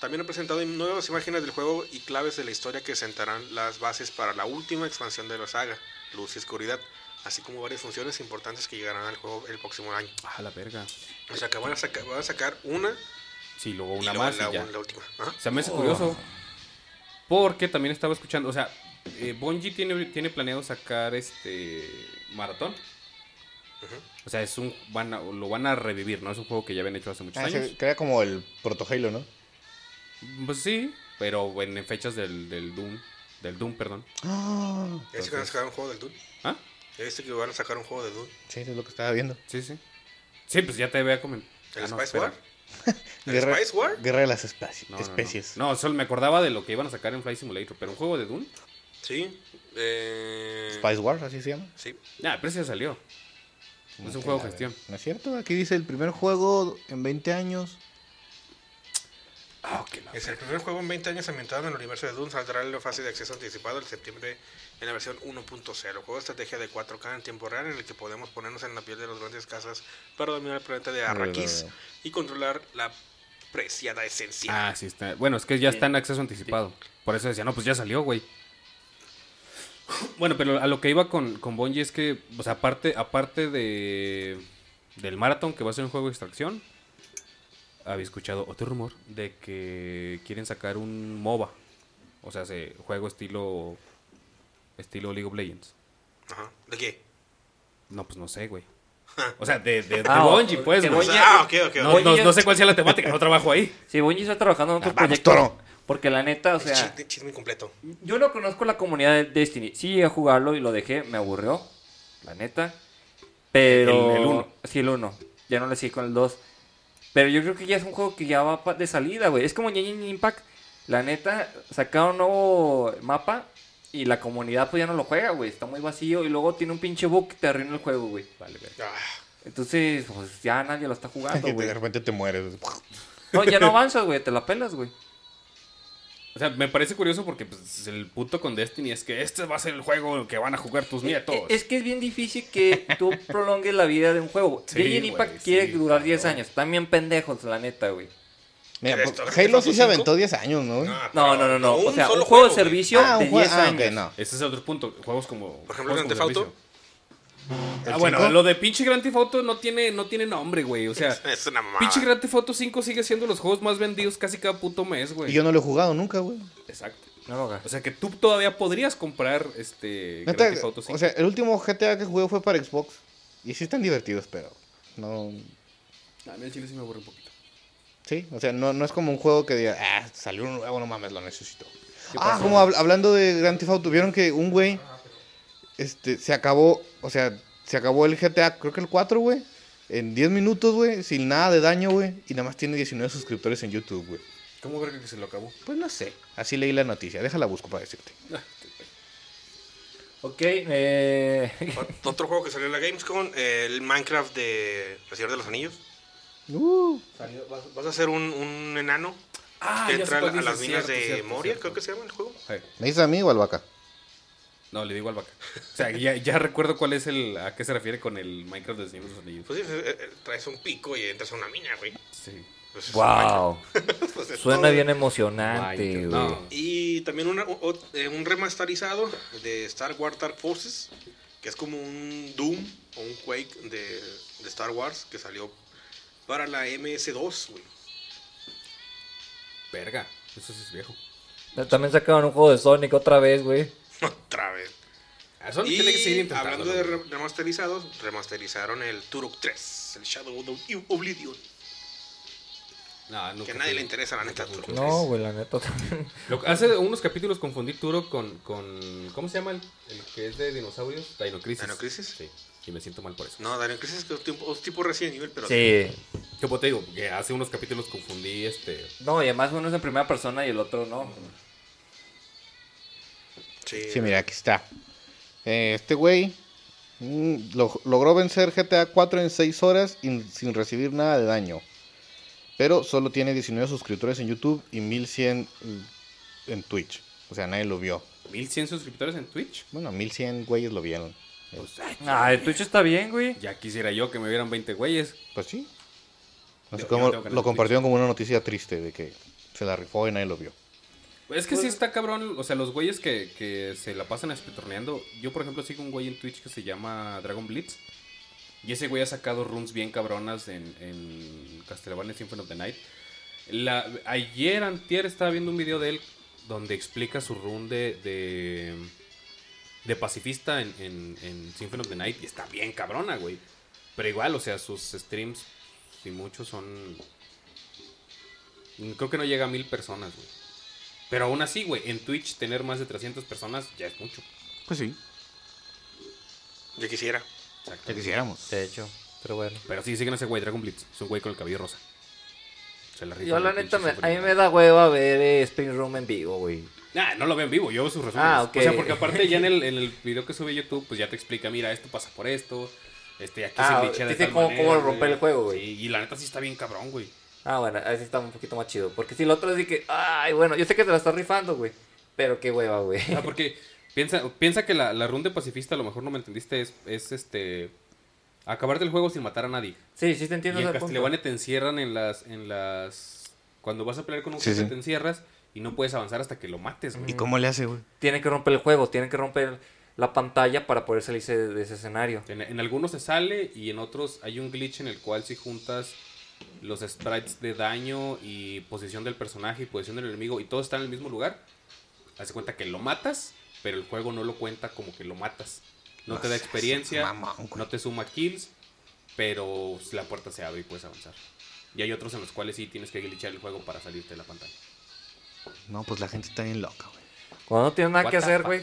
También ha presentado nuevas imágenes del juego y claves de la historia que sentarán las bases para la última expansión de la saga, Luz y Oscuridad, así como varias funciones importantes que llegarán al juego el próximo año.
Ah, la verga.
O sea que van a, saca- van a sacar una
Sí, luego
y
una
luego
más
la,
y ya.
la última. Ajá.
O sea, me hace
Oh.
curioso. Porque también estaba escuchando, o sea, eh, Bungie tiene, tiene planeado sacar este maratón.
Ujú.
O sea, es un van a- lo van a revivir, ¿no? Es un juego que ya habían hecho hace muchos
Ah,
años.
se crea como el proto Halo, ¿no?
Pues sí, pero en, en fechas del, del Doom, del Doom, perdón.
¡Ah!
¿Ya viste Este que van a sacar un juego del Dune?
¿Ah?
¿Ya viste que van a sacar un juego del Dune?
Sí, eso es lo que estaba viendo.
Sí, sí. Sí, pues ya te había comentado.
¿El
Ah, no,
Spice
espera.
War? ¿El Spice War?
Guerra de las especies.
No, no, no.
especies.
No, solo me acordaba de lo que iban a sacar en Fly Simulator, pero un juego de Doom.
Sí. Eh...
Spice Wars, así se llama.
Sí.
Nah, pero ese ya salió. No es un juego de gestión.
¿No es cierto? Aquí dice el primer juego en 20 años.
Ah, qué la-
Es el primer juego en 20 años ambientado en el universo de Dune. Saldrá en la fase de acceso anticipado el septiembre en la versión 1.0. Juego de estrategia de 4K en tiempo real en el que podemos ponernos en la piel de las grandes casas para dominar el planeta de Arrakis y controlar la preciada esencia.
Ah, sí está. Bueno, es que ya
Sí.
está en acceso anticipado. Por eso decía, no, pues ya salió, güey. Bueno, pero a lo que iba con, con Bungie es que, o sea, aparte, aparte de del Marathon, que va a ser un juego de extracción, había escuchado otro rumor de que quieren sacar un MOBA. O sea, se, juego estilo estilo League of Legends.
Ajá. ¿De qué?
No, pues no sé, güey. O sea, de, de, de
Ah,
Bungie,
o-
pues,
que
güey.
Bungie-
Ah, ok, ok, ok.
No, no-
Bungie-
no sé cuál sea la temática, no trabajo ahí.
Sí, Bungie está trabajando en otros
Ah, vamos,
proyectos.
toro.
Porque la neta, o
Es
sea,
chisme- chisme completo.
yo no conozco la comunidad de Destiny. Sí llegué a jugarlo y lo dejé, me aburrió, la neta. Pero...
El- el uno.
Sí, el 1. Ya no le seguí con el 2. Pero yo creo que ya es un juego que ya va pa- de salida, güey. Es como Ñañin Impact. La neta, sacaron un nuevo mapa y la comunidad pues ya no lo juega, güey. Está muy vacío y luego tiene un pinche bug que te arruina el juego, güey.
Vale, verga.
Ah,
Entonces, pues ya nadie lo está jugando,
Que
güey.
de repente te mueres.
No, ya no avanzas, güey. Te la pelas, güey.
O sea, me parece curioso porque pues, el punto con Destiny es que este va a ser el juego que van a jugar
Eh,
tus nietos.
Eh, Es que es bien difícil que tú prolongues la vida de un juego.
Sí,
Genshin
güey,
Impact
sí,
quiere durar 10
cabrón.
años. También pendejos, la neta, güey.
Mira,
¿Crees?
pues,
¿Te
Halo
faltó
sí se
cinco? Ah,
aventó 10 años, ¿no?
No, no,
pero
no, no. O sea, un
solo
juego de
güey.
servicio de 10
Ah,
años.
ok, no.
Ese es otro punto. Juegos como.
Por ejemplo,
juegos
Grand Theft
como
Auto.
servicio.
¿El
Ah, bueno,
cinco?
lo de pinche Grand Theft Auto no tiene, no tiene nombre, güey. O sea,
Es una mamada.
pinche Grand Theft Auto 5 sigue siendo los juegos más vendidos casi cada puto mes,
Y
güey.
yo no lo he jugado nunca, güey.
Exacto.
No lo hagas.
O sea que tú todavía podrías comprar este
Neta,
Grand Theft Auto 5.
o sea, el último GTA que jugué fue para Xbox. Y sí están divertidos, pero no.
Ah,
A mí el chile sí me aburre un poquito.
Sí, o sea, no, no es como un juego que diga, ah, salió un nuevo, no mames, lo necesito.
¿Qué
Ah,
pasó?
como hab- hablando de Grand Theft Auto, vieron que un güey este, se acabó, o sea, se acabó el GTA, creo que el 4, güey, en 10 minutos, güey, sin nada de daño, güey, y nada más tiene 19 suscriptores en YouTube, güey.
¿Cómo ver que se lo acabó?
Pues no sé, así leí la noticia, déjala busco para decirte.
Ok, eh...
Otro juego que salió en la Gamescom, el Minecraft de El Señor de los Anillos.
Uh,
Salió- vas, vas a ser un, un enano
Ah,
que
ya sé
entra a,
cuál
a
dices,
las minas
cierto,
de
cierto,
Moria,
cierto.
creo que se llama el juego.
Sí.
¿Me dices a mí o al vaca?
No, le digo al vaca. O sea, ya, ya recuerdo cuál es el a qué se refiere con el Minecraft de Señor de los Anillos.
Pues sí, eh, eh, traes un pico y entras a una mina, güey.
Sí.
Pues es Minecraft.
wow.
Pues es
Suena
todo.
bien emocionante,
Minecraft.
güey.
No.
Y también una- o- o- eh, un remasterizado de Star Wars Dark Forces, que es como un Doom o un Quake de, de Star Wars que salió para la MS2, güey.
Verga, eso sí es viejo.
También sacaron un juego de Sonic otra vez, güey.
Otra vez.
Ah, Eso
Y
tiene que seguir intentándolo,
hablando de
güey.
re- remasterizados, remasterizaron el Turok 3, el Shadow of the Oblivion.
No, nunca
que a nadie
fui-
le interesa, la neta,
nunca
tú.
fui.
No, güey, la neta también.
Lo que- hace unos capítulos confundí Turo con, con. ¿Cómo se llama el, el que es de dinosaurios? Dino Crisis.
¿Dino Crisis?
Sí. Y me siento mal por eso.
No, Daniel Crisis es que es tipo, es tipo recién nivel, pero
Sí.
Yo pues, te digo, que hace unos capítulos confundí este.
No, y además uno es en primera persona y el otro no.
Mm.
sí,
Sí, mira, aquí está. Eh, este güey mm, lo- logró vencer GTA 4 en 6 horas y sin recibir nada de daño. Pero solo tiene 19 suscriptores en YouTube y 1100 en Twitch. O sea, nadie lo vio.
1100 suscriptores en Twitch.
Bueno, 1100 güeyes lo vieron. Eh,
Pues, ay,
Ah, el Twitch está bien, güey.
ya quisiera yo que me vieran 20 güeyes.
Pues sí. No sé
Yo- yo
cómo
no tengo canal de
lo compartieron como una noticia triste de que se la rifó y nadie lo vio.
Pues Es que sí está cabrón. O sea, los güeyes que, que se la pasan espetroneando. Yo, por ejemplo, sigo un güey en Twitch que se llama Dragon Blitz. Y ese güey ha sacado runs bien cabronas en, en Castlevania Symphony of the Night. La, ayer, antier, estaba viendo un video de él donde explica su run de, de, de pacifista en, en, en Symphony of the Night. Y está bien cabrona, güey. Pero igual, o sea, sus streams, si muchos son... Creo que no llega a mil personas, güey. Pero aún así, güey, en Twitch tener más de 300 personas ya es mucho.
Pues sí,
yo quisiera.
Exacto.
ya quisiéramos.
De hecho, pero bueno.
Pero sí, siguen a ese güey, Dragon Blitz. Es un güey con el cabello rosa. Se la rifa
Yo
en
la
el
neta, me-
pinche
a mí
Super
me da hueva ver eh, Spring Room en vivo, güey.
Nah, no lo veo en vivo, yo veo sus resúmenes.
Ah, ok.
O sea, porque aparte ya en el, en el video que sube a YouTube, pues ya te explica, mira, esto pasa por esto, este, aquí
Ah,
se glitchea de
dice
tal
cómo-
manera,
cómo
güey.
romper el juego, güey.
Sí, y la neta sí está bien cabrón, güey.
Ah, bueno, así está un poquito más chido. Porque si el otro es que, ay, bueno, yo sé que te la estás rifando, güey. Pero qué hueva, güey.
Ah, porque piensa, piensa que la, la run de pacifista, a lo mejor no me entendiste, es, es este... Acabar del juego sin matar a nadie.
Sí, sí te
Y
entiendo.
en
ese punto.
Castlevania te encierran en las, en las... Cuando vas a pelear con un
Sí,
jefe
sí.
te encierras y no puedes avanzar hasta que lo mates, güey.
¿Y cómo le hace, güey?
Tienen que romper el juego, tienen que romper la pantalla para poder salirse de, de ese escenario.
En, en algunos se sale y en otros hay un glitch en el cual si juntas los sprites de daño y posición del personaje y posición del enemigo y todo está en el mismo lugar, hace cuenta que lo matas, pero el juego no lo cuenta como que lo matas. No te da experiencia,
mamón, Ah, güey.
no te suma kills, pero la puerta se abre y puedes avanzar. Y hay otros en los cuales sí tienes que glitchar el juego para salirte de la pantalla.
No, pues la gente está bien loca, güey.
Cuando no tienes nada
What
que
the
hacer,
fuck?
güey.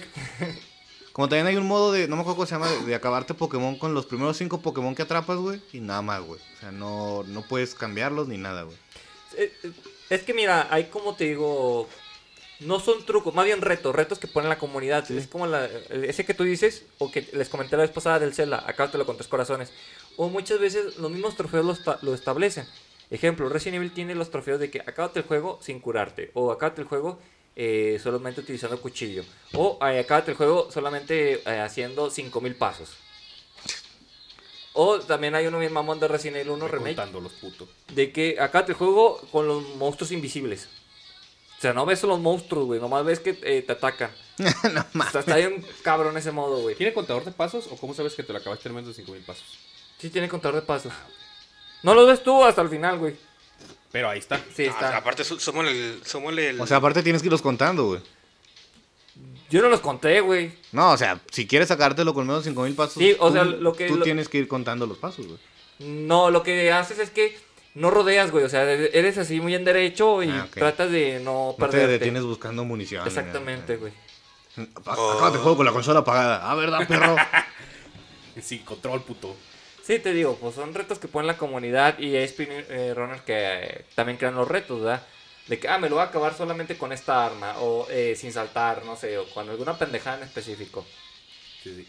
Como también hay un modo de, no me acuerdo cómo se llama, de, de acabarte Pokémon con los primeros cinco Pokémon que atrapas, güey, y nada más, güey. O sea, no, no puedes cambiarlos ni nada, güey.
Eh, eh, Es que mira, hay como te digo, no son trucos, más bien retos, retos que pone la comunidad. Es como la- el- ese que tú dices, o que les comenté la vez pasada del Zelda, acártelo con tres corazones. O muchas veces los mismos trofeos lo, esta- lo establecen. Ejemplo, Resident Evil tiene los trofeos de que acábate el juego sin curarte, o acábate el juego eh, solamente utilizando cuchillo, o eh, acábate el juego solamente eh, haciendo 5000 pasos. O también hay uno bien mamón de Resident Evil 1
Voy
Remake
contando los putos.
de que acá te juego con los monstruos invisibles. O sea, no ves a los monstruos, güey. Nomás ves que eh, te atacan. no más. O sea, está bien cabrón ese modo, güey.
¿Tiene contador de pasos o cómo sabes que te lo acabaste en menos de 5000 pasos?
Sí tiene contador de pasos. No los ves tú hasta el final, güey.
Pero ahí está.
Sí,
Ah,
está.
aparte, su- somos el. Somos el
O sea, aparte tienes que irlos contando, güey.
Yo no los conté, güey.
No, o sea, si quieres sacártelo con menos de 5000 pasos,
Sí, o
tú-
sea, lo que-
tú
lo-
tienes que ir contando los pasos, güey.
No, lo que haces es que no rodeas, güey. O sea, eres así muy en derecho y
Ah, ok.
tratas de no
No te
perderte.
detienes buscando Ah, munición. ni nada.
Exactamente, güey.
Pa- Acábate el juego con la consola apagada. Ah, ¿verdad, perro?
Sin control, puto.
Sí, te digo, pues son retos que pone la comunidad y hay speedrunners que eh, también crean los retos, ¿verdad? De que, ah, me lo voy a acabar solamente con esta arma, o eh, sin saltar, no sé, o con alguna pendejada en específico.
Sí, sí.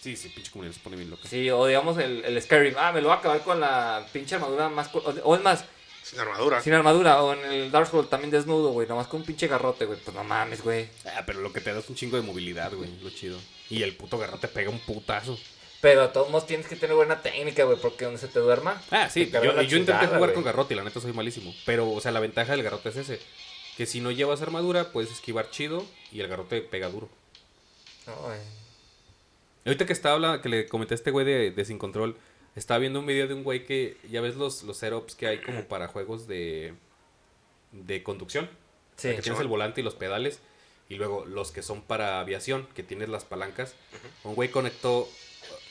Sí, sí, pinche comunidad se pone bien loca.
Sí, o digamos el, el Skyrim, ah, me lo voy a acabar con la pinche armadura más... cu- O, o es más,
Sin armadura.
sin armadura, o en el Dark Souls también desnudo, güey, nomás con un pinche garrote, güey. Pues no mames, güey.
Ah, pero lo que te da es un chingo de movilidad, güey. Lo chido. Y el puto garrote pega un putazo.
Pero de todos modos tienes que tener buena técnica, güey, porque donde se te duerma...
Ah, sí,
te
yo,
carga la
yo intenté
chingada,
jugar
güey.
con garrote y la neta soy malísimo. Pero, o sea, la ventaja del garrote es ese. Que si no llevas armadura, puedes esquivar chido y el garrote pega duro.
No, güey.
Ahorita que estaba habla- que le comenté a este güey de, de Sin Control, estaba viendo un video de un güey que, ya ves los, los setups que hay como para juegos de, de conducción.
Sí.
que tienes el volante y los pedales. Y luego los que son para aviación, que tienes las palancas. Un güey conectó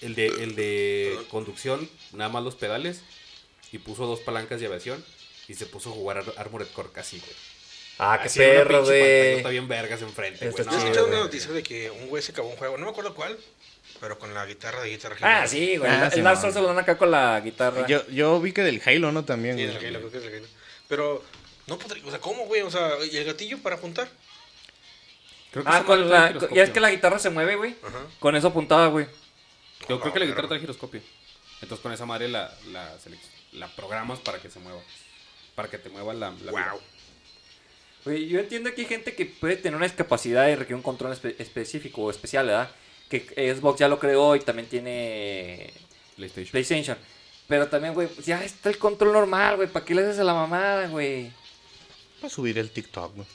el de, el de conducción, nada más los pedales. Y puso dos palancas de aviación. Y se puso a jugar Ar- Armored Core casi, güey.
Ah, qué
Así en una
perro,
pinche
güey.
pantallota bien vergas
Está
enfrente, güey.
Yo he
chido,
escuchado
güey.
una noticia de que un güey se acabó un juego, no me acuerdo cuál, pero con la guitarra de guitarra.
Ah,
Hero.
sí, güey.
Ah,
el
sí,
Dark
no.
Souls se lo dan acá con la guitarra.
yo, yo vi que del Halo, ¿no? También.
Sí, del
güey.
Halo, creo que es del Halo. Pero, no podría, o sea, ¿cómo, güey? O sea, ¿y el gatillo para apuntar?
Creo que
ah,
esa madre
con
trae
la.
giroscopio.
Ya es que la guitarra se mueve, güey.
Ajá.
Con eso apuntaba, güey.
Yo creo que la
No,
guitarra
claro.
trae giroscopio. Entonces con esa madre la, la, selec- la programas para que se mueva. Para que te mueva la... la
Wow.
Güey, yo entiendo que hay gente que puede tener una discapacidad y requiere un control espe- específico o especial, ¿verdad? Que Xbox ya lo creó y también tiene
PlayStation.
PlayStation. Pero también, güey, pues ya está el control normal, güey. ¿Para qué le haces a la mamada, güey?
Para subir el TikTok, güey.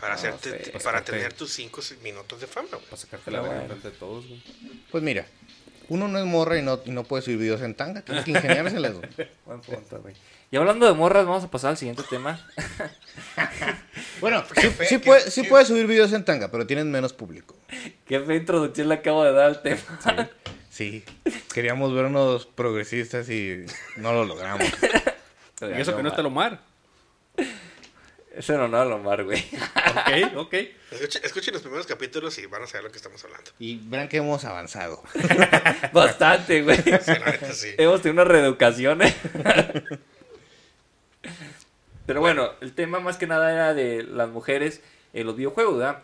Para,
No
hacerte,
sé.
para
Bastante.
tener tus 5 minutos de fama, güey.
Para sacarte la verga
Bueno.
enfrente de todos, güey.
Pues mira, uno no es morra y no, y no puede subir videos en tanga. Tienes que ingeniárselas, güey.
Buen punto, güey. Y hablando de morras, vamos a pasar al siguiente tema.
Bueno,
Qué
sí,
fe- qué-
sí puede, sí
qué-
puede subir videos en tanga, pero tienen menos público.
qué fea introducción le acabo de dar al tema.
Sí. Queríamos vernos progresistas y no lo logramos.
Y eso que no está Lomar.
Ese no, no, Lomar, güey.
ok, ok.
Escuchen, escuchen los primeros capítulos y van a saber lo que estamos hablando.
Y verán que hemos avanzado.
Bastante, güey.
Sí, la neta, sí.
Hemos tenido una reeducación. ¿eh? Pero bueno, el tema más que nada era de las mujeres en los videojuegos, ¿verdad?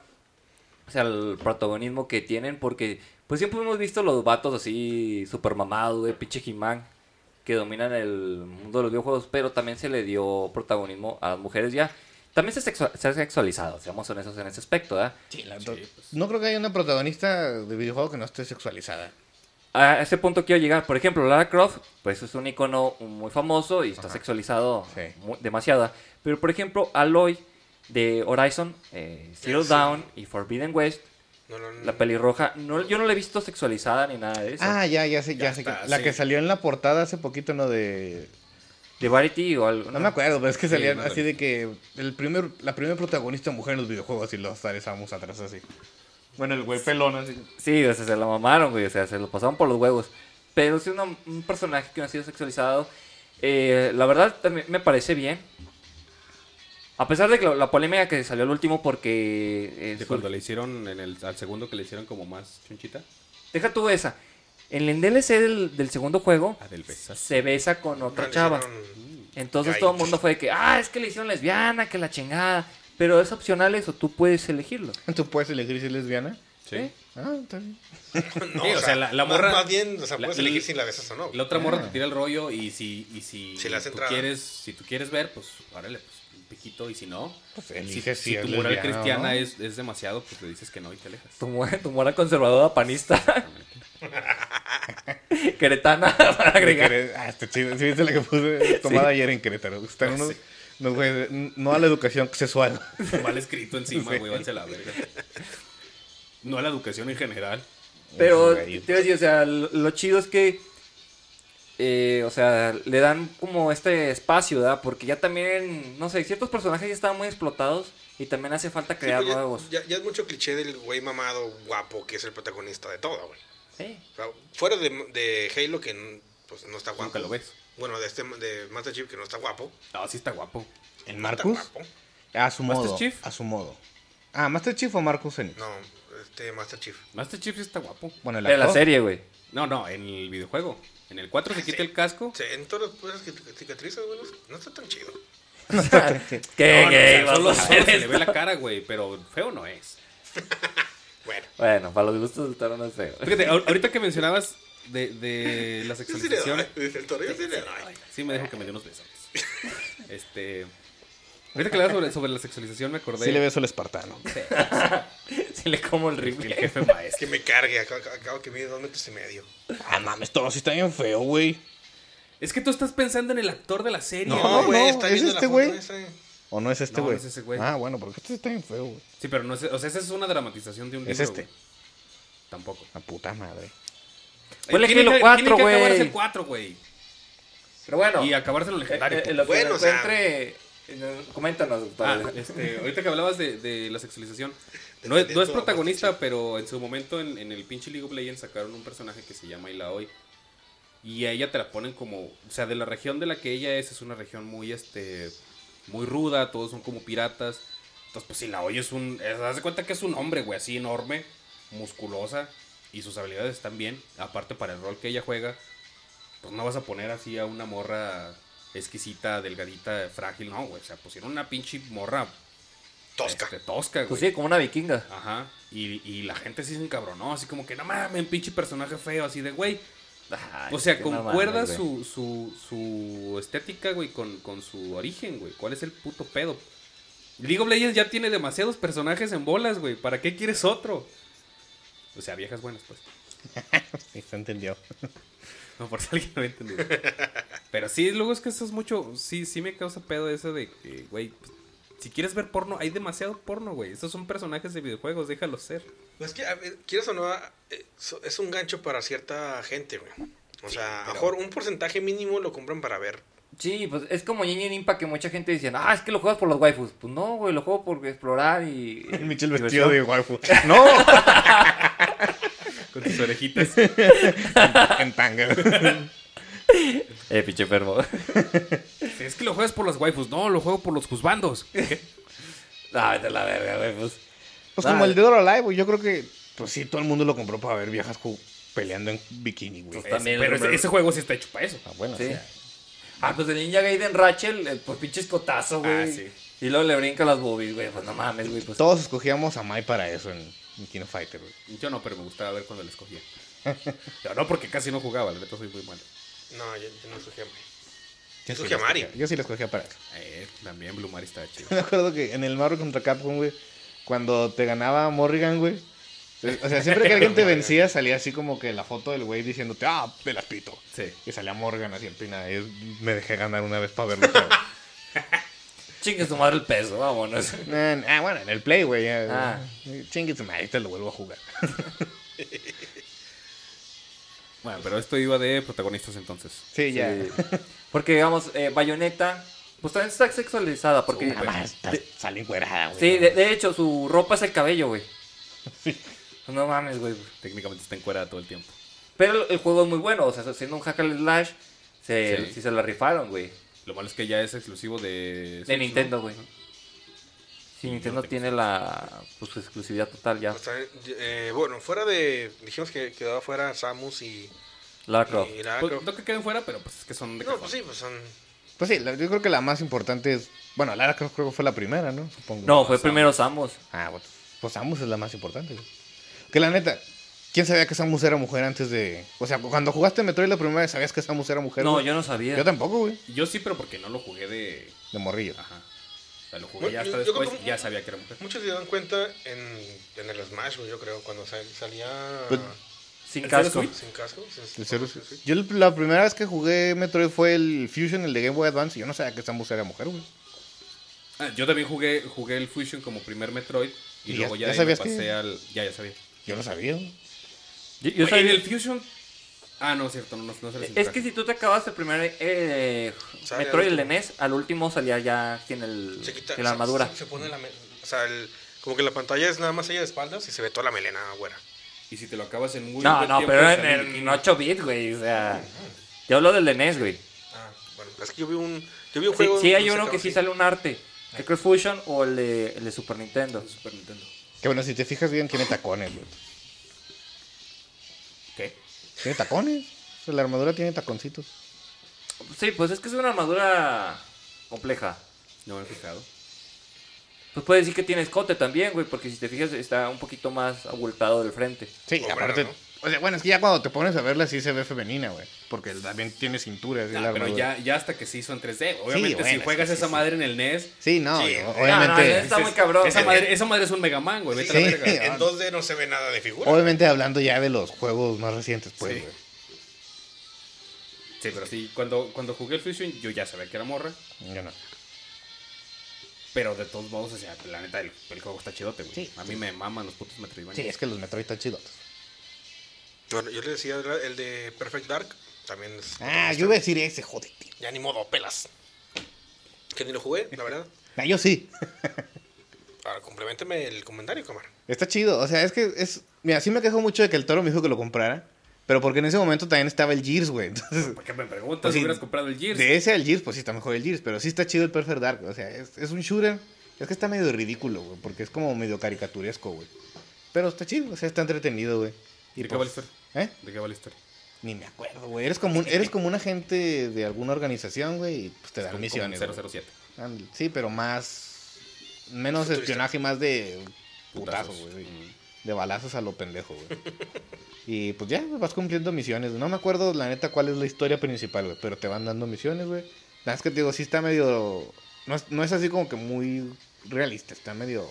O sea, el protagonismo que tienen, porque pues siempre hemos visto los vatos así, super mamados, güey, pinche He-Man, que dominan el mundo de los videojuegos, pero también se le dio protagonismo a las mujeres ya. También se, sexua- se ha sexualizado, seamos honestos en ese aspecto, ¿verdad?
No creo que haya una protagonista de videojuego que no esté sexualizada.
A ese punto quiero llegar. Por ejemplo, Lara Croft, pues es un icono muy famoso y está sexualizado
Sí.
mu- demasiado. Pero por ejemplo, Aloy de Horizon, eh, Zero
sí. Mm.
Dawn y Forbidden West,
No, no, no.
la pelirroja, no, yo no la he visto sexualizada ni nada de eso.
Ah, ya, ya sé, ya,
Ya
sé.
está,
que- la
sí.
que salió en la portada hace poquito, ¿no? De...
De Variety o algo.
No me acuerdo, pero es que
Sí,
salían
no
así
recuerdo.
de que el primer, la primera protagonista mujer en los videojuegos y los aresamos atrás así. Bueno, el güey pelón así.
Sí, o sea, se la mamaron, güey. O sea, se lo pasaron por los huevos. Pero si una- un personaje que no ha sido sexualizado, eh, la verdad también me parece bien. A pesar de que la, la polémica que salió al último porque... eh,
De
sur-
cuando le hicieron, en el, al segundo que le hicieron como más chunchita.
Deja tú esa. En el DLC del, del segundo juego
Ah, del besazo.
se besa con otra
Le
chava. Uh.
hicieron-
Entonces
Ay.
todo el mundo fue de que, ah, es que le hicieron lesbiana, que la chingada. Pero es opcional eso, tú puedes elegirlo.
¿Tú puedes elegir si es lesbiana?
Sí.
Ah, está bien.
No,
Sí,
o sea, la,
la morra-
Más, bien, o sea,
la-
puedes
la-
elegir si la besas o no.
La otra
Ah.
morra te tira el rollo y si, y si,
Si le hace
tú
entrada.
quieres, si tú quieres ver, pues órale, pues un piquito y si no,
Pues
si,
elige si
si
es
tu moral
lesbiana o
cristiana
no.
es, es demasiado, pues le dices que no y te alejas.
Tu, mu- tu mora conservadora panista, queretana, para agregar.
Quere- Ah, este chido. ¿Sí viste la que puse tomada ayer en Querétaro? Están unos, unos güeyes de- no a la educación sexual.
Mal escrito encima, güey, váyanse a la verga. No a la educación en general.
Pero,
Güey.
te voy a decir, o sea, lo, lo chido es que eh, o sea, le dan como este espacio, ¿verdad? Porque ya también, no sé, ciertos personajes ya estaban muy explotados y también hace falta
Sí,
crear
pues ya-
nuevos.
Ya, ya es mucho cliché del güey mamado guapo que es el protagonista de todo, güey.
Sí.
O sea, fuera de, de Halo que n- pues, no está guapo.
Nunca lo ves.
Bueno, de este de Master Chief que no está guapo.
No, sí está guapo.
¿El
No está
Marcus?
guapo.
A su
¿Master
modo.
Chief?
A su modo. Ah, Master Chief o Marcus Fenix.
No, este Master Chief.
Master Chief sí está guapo.
Bueno, el
De la
actor.
serie, güey.
No, no, en el videojuego. En el
Ah,
4 se quita
Sí.
el casco.
Sí, en todas las cosas que que cicatrizas, güey, no- no está tan chido.
Qué
No, no,
gay,
o sea, solo-
vamos a ver
se le
esto.
ve la cara, güey, pero feo no es.
Bueno,
Bueno, para los gustos del tarón es feo.
Fíjate, ahor- ahorita que mencionabas de, de la sexualización.
el toro yo sí le doy.
Sí, me dejo que me dé unos besos. Este. Ahorita que hablabas sobre, sobre la sexualización me acordé.
Sí le beso al espartano.
Si le como el
El
rifle.
jefe maestro.
Que me cargue, acá- acá- acabo que mide dos metros y medio.
Ah, mames, todo sí está bien feo, güey.
Es que tú estás pensando en el actor de la serie.
No, no,
está
¿es
viendo
este
la foto
güey?
esa.
¿O no es este,
No, no
güey?
es ese güey.
Ah, bueno, porque este está bien feo, güey.
Sí, pero no es. O sea, esa es una dramatización de un libro.
Es este.
güey. Tampoco.
La puta madre.
Ponle
Tiene
Halo
que-
4,
Tiene que acabarse el
güey.
4, güey.
Pero bueno,
Y acabarse el legendario.
eh, eh, lo que
Bueno, o sea-
encuentre, eh, coméntanos.
Ah,
padre.
este, ahorita que hablabas de, de la sexualización, no es, no es protagonista, pero en su momento en, en el pinche League of Legends sacaron un personaje que se llama Ilaoi. Y a ella te la ponen como, o sea, de la región de la que ella es, es una región muy, este, muy ruda, todos son como piratas. Entonces, pues Ilaoi es un, es- haz de cuenta que es un hombre, güey, así enorme, musculosa, y sus habilidades están bien. Aparte para el rol que ella juega, pues no vas a poner así a una morra exquisita, delgadita, frágil, no, güey. O sea, pusieron una pinche morra
Tosca.
este, tosca, güey.
Pues sí, como una vikinga.
Ajá. Y, y la gente sí se encabronó, así como que no mames, pinche personaje feo, así de güey.
Ay,
O sea,
qué no
concuerda
mames, güey.
su, su, su estética, güey, con, con su origen, güey. ¿Cuál es el puto pedo? League of Legends ya tiene demasiados personajes en bolas, güey. ¿Para qué quieres otro? O sea, viejas buenas, pues.
Sí, se entendió.
No, por si alguien no había entendido. Pero sí, luego es que eso es mucho. Sí, sí me causa pedo eso de que, güey, pues, si quieres ver porno, hay demasiado porno, güey. Estos son personajes de videojuegos, déjalos ser.
Pues es que, a ver, quieras o no, eh, so- es un gancho para cierta gente, güey. O sea, a lo mejor un porcentaje mínimo lo compran para ver.
Sí, pues es como Genshin Impact que mucha gente dice, ah, es que lo juegas por los waifus. Pues no, güey, lo juego por explorar y...
El Michel vestido de
diversión.
waifu. ¡No!
Con tus orejitas.
en tanga.
Eh, pinche enfermo.
Es que lo juegas por las waifus. No, lo juego por los juzbandos.
ah, vete a la verga, güey, pues.
Pues
Vale.
como el de Dora Live, güey. Yo creo que, pues sí, todo el mundo lo compró para ver viejas ju- peleando en bikini, güey.
Pues, También,
pero ese,
pero-
ese juego sí está hecho para eso.
Ah, bueno,
Sí.
sí.
Ah, pues el Ninja Gaiden Rachel, eh, pues pinche escotazo, güey.
Ah, sí.
Y luego le brinca las boobies, güey. Pues no mames, güey. Pues,
Todos escogíamos a Mai para eso en, en Kino Fighter, güey.
Yo no, pero me gustaba ver cuando lo escogía. Yo no, porque casi no jugaba. La neta soy muy malo.
No, yo, yo no soy Gemma.
Yo
Escogí
la
a Mari.
escogía- Yo sí la escogía para eso.
Eh, también Blue Mary estaba chido.
Me acuerdo que en el Mario contra Capcom, güey, cuando te ganaba Morrigan, güey. eh, O sea, siempre que alguien te vencía, salía así como que la foto del güey diciéndote, ah, te las pito.
Sí.
Y salía Morgan así empinada. Y me dejé ganar una vez para verlo. pero-
Chingue su madre el peso, vámonos.
Ah, ah, bueno, en el Play, güey.
Ah.
Ah. Chingue su madre, ahorita lo vuelvo a jugar.
Bueno, pero esto iba de protagonistas entonces.
Sí, ya.
Sí. Porque, digamos, eh, Bayonetta, pues también está sexualizada. Porque,
Nada más está- sale encuerada, güey.
sí, de, de hecho, su ropa es el cabello, güey. Pues no mames, güey.
Técnicamente está encuerada todo el tiempo.
Pero el juego es muy bueno. O sea, siendo un hack and slash, se,
Sí.
sí se la rifaron, güey.
Lo malo es que ya es exclusivo de... Switch,
De
¿no?
Nintendo, güey. Sí, Nintendo
tengo
tiene la pues, su exclusividad total ya.
O sea, eh, bueno, fuera de. Dijimos que quedaba fuera Samus y.
Lara Croft.
y Lara
Pues,
Croft.
no que queden fuera, pero pues es que son de
No,
cajón.
pues sí, pues son.
Pues sí, la- yo creo que la más importante es. Bueno, Lara Croft creo que fue la primera, ¿no? Supongo.
No, fue
Samus.
primero Samus.
Ah, bueno. Pues Samus es la más importante, güey. Que la neta, ¿quién sabía que Samus era mujer antes de. O sea, cuando jugaste Metroid la primera vez, ¿sabías que Samus era mujer?
No,
güey?
yo no sabía.
Yo tampoco, güey.
Yo sí, pero porque no lo jugué de...
De morrillo.
Ah.
Ajá. O sea, lo jugué
Bueno,
ya hasta
yo- yo creo
después
que-
y ya sabía que era mujer.
Muchos se dan cuenta en, en el Smash, güey, yo creo, cuando sal- salía.
Pero-
Sin
¿El
Pues, casco.
Zero Suit?
sin casco. sin-
El cero-
sí, sí.
Yo la primera vez que jugué Metroid fue el Fusion, el de Game Boy Advance, y yo no sabía que Samus era mujer, güey.
Ah, yo también jugué, jugué el Fusion como primer Metroid y,
¿Y
luego
ya- ya
ya, de ahí me
sabías que-
pasé al... Ya, ya sabía.
Yo no sabía. güey.
Yo, yo
Güey,
sabía-
En el Fusion Ah, no, cierto, no, no, no se les
Es que si tú te acabas el primer eh,
Sale
Metroid
al
el de NES, al último salía ya sin, el,
Se quita
sin la
se-
armadura.
Se, se pone la. me- O sea, el- como que la pantalla es nada más ella de espaldas y se ve toda la melena güera.
Y si te lo acabas en muy
No,
buen
no,
tiempo,
pero en,
sale
el-
bikini.
en 8 bits, güey. O sea, yo hablo del de NES, güey.
Ah, bueno. Es que yo vi un. Yo vi un
Sí,
juego.
sí, hay
donde
uno
sacaban
que sí
así.
sale un arte. Que creo es Fusion o el de, el de Super Nintendo.
Super Nintendo.
Que bueno, si te fijas bien, tiene tacones, güey.
¿Qué?
Tiene tacones. O sea, la armadura tiene taconcitos.
Sí, pues es que es una armadura compleja.
No me he fijado.
Pues puedes decir que tiene escote también, güey, porque si te fijas está un poquito más abultado del frente.
Sí,
Obrero,
aparte.
¿no?
O sea, bueno, es que ya cuando te pones a verla, sí se ve femenina, güey. Porque también tiene cintura, así
Ah,
la
pero
armadura.
ya, ya hasta que se hizo en 3D. Obviamente, si
bueno,
juegas
sí, sí,
esa
sí.
madre en el NES.
Sí, no,
Sí,
güey,
no, no,
obviamente.
Ah, Está muy cabrón.
pues,
eh.
Esa madre, esa madre es un Mega Man, güey. Vete a la
Sí.
verga.
Ah.
En 2D no se ve nada de figura.
Obviamente hablando ya de los juegos más recientes, pues, güey.
Sí, pero sí, cuando, cuando jugué el Fusion, yo ya sabía que era morra.
Yo no.
Pero de todos modos, o sea, la neta, el, el juego está chidote, güey.
Sí.
a mí me maman los putos Metroidvania.
Sí, es que los Metroid están chidotes.
Bueno, yo le decía ¿verdad? el de Perfect Dark. También es.
Ah, yo iba a decir ese, jodete.
Ya ni modo, pelas. Que ni lo jugué, la verdad.
Ah, yo sí.
Ahora, complementeme el comentario, cámara.
Está chido. O sea, es que es. Mira, sí me quejo mucho de que el toro me dijo que lo comprara. Pero porque en ese momento también estaba el Gears, güey. Entonces,
¿Por qué me preguntas
Pues
si
sí.
hubieras comprado el Gears?
de ese al Gears, pues sí está mejor el Gears. Pero sí está chido el Perfect Dark. O sea, es, es un shooter. Es que está medio ridículo, güey. Porque es como medio caricaturesco, güey. Pero está chido. O sea, está entretenido, güey.
¿De qué
pues,
va la historia?
¿Eh?
¿De qué va la historia?
Ni me acuerdo, güey. Eres como un, eres como un agente de alguna organización, güey, y pues te
Es
dan
como-
misiones.
como un
güey.
007.
Ándale, Sí, pero más menos
Futurista.
espionaje, más de putazos,
Putazos.
güey.
Mm.
De balazos a lo pendejo, güey. y pues ya güey, vas cumpliendo misiones. No me acuerdo la neta cuál es la historia principal, güey, pero te van dando misiones, güey. Nada más que te digo, sí está medio no es, no es así como que muy realista, está medio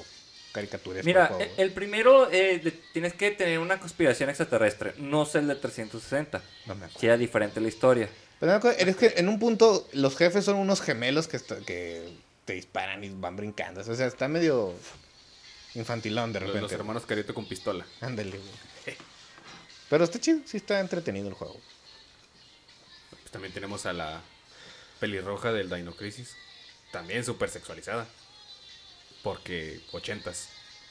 caricaturesco. el
Mira,
juego,
el,
güey.
el primero eh, de- tienes que tener una conspiración extraterrestre. No sé el de 360.
no me acuerdo.
Si era diferente la historia.
Pero no me acuerdo, es que en un punto los jefes son unos gemelos que, está- que te disparan y van brincando. O sea, está medio infantilón de
Los-
repente.
Los hermanos Carioto con pistola.
Ándale, güey. Pero está chido, sí está entretenido el juego.
Pues también tenemos a la pelirroja del Dino Crisis. También súper sexualizada. Porque 80s.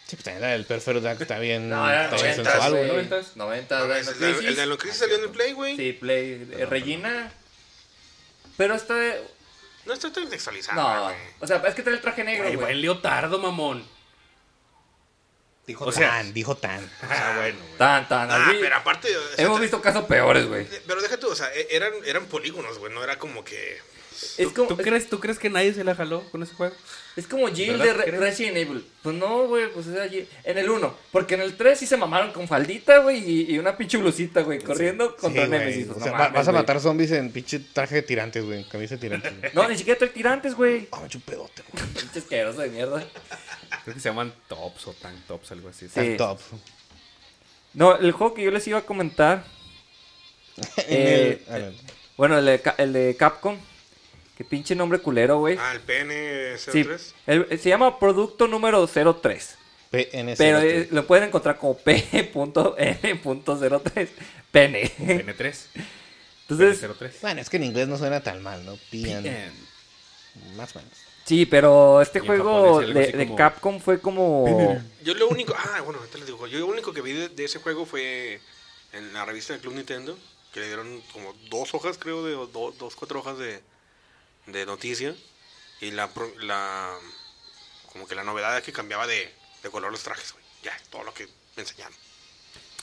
Sí, pues también el Perfect Dark está bien,
Ah,
está
90s,
bien sensual, güey.
güey.
90s. 90s,
Ah, es
Dino
el, de-
Crisis.
el de lo que salió en el Play, güey.
Sí, Play. eh, Regina. Pero este.
No está tan sexualizada,
No.
Ah, güey.
O sea, es que trae el traje negro,
Ay,
güey.
buen leotardo, mamón.
Dijo
O sea-
tan, dijo tan.
Ah, bueno, güey.
Tan, tan.
Ah,
así.
pero aparte. o sea,
Hemos visto casos peores, güey.
te- Pero deja tú, o sea, e- eran, eran polígonos, güey. No era como que.
Es como,
¿Tú
es-
crees, ¿Tú crees que nadie se la jaló con ese juego?
es como Jill
¿Verdad
de
que
Re-
crees?
Resident Evil. Pues no, güey, pues es allí. En el 1. Porque en el 3 sí se mamaron con faldita, güey, y, y una pinche blusita, güey, corriendo contra
Sí, güey.
Nemesis.
O
pues, no
sea, va-
mames,
vas a
güey.
matar zombies en pinche traje de tirantes, güey. en Camisa de tirantes. güey.
No, ni siquiera trae tirantes, güey.
Ah, me eché un pedote, güey.
Pinche asqueroso de mierda.
Creo que se llaman tops o tank tops, algo así.
Sí.
Tan top.
No, el juego que yo les iba a comentar.
En
Eh,
el- a ver.
Bueno, el de, Ca- el de Capcom. Qué pinche nombre culero, güey.
Ah, el PN03.
Sí, el- se llama Producto Número 03.
PNC.
Pero eh, lo pueden encontrar como P.N.03. Pene.
N3.
Entonces,
N03.
Bueno, es que en inglés no suena tan mal, ¿no? PN.
Bien.
Más o menos.
sí, pero este
Y en
juego
japonés, algo
de,
así
de
como-
Capcom fue como.
Yo lo único. Ah, bueno, ahorita les digo. Yo lo único que vi de, de ese juego fue en la revista del Club Nintendo. Que le dieron como dos hojas, creo, de, o do- dos, cuatro hojas de, de noticia. Y la, pro- la. Como que la novedad es que cambiaba de, de color los trajes, güey. Ya, todo lo que me enseñaron.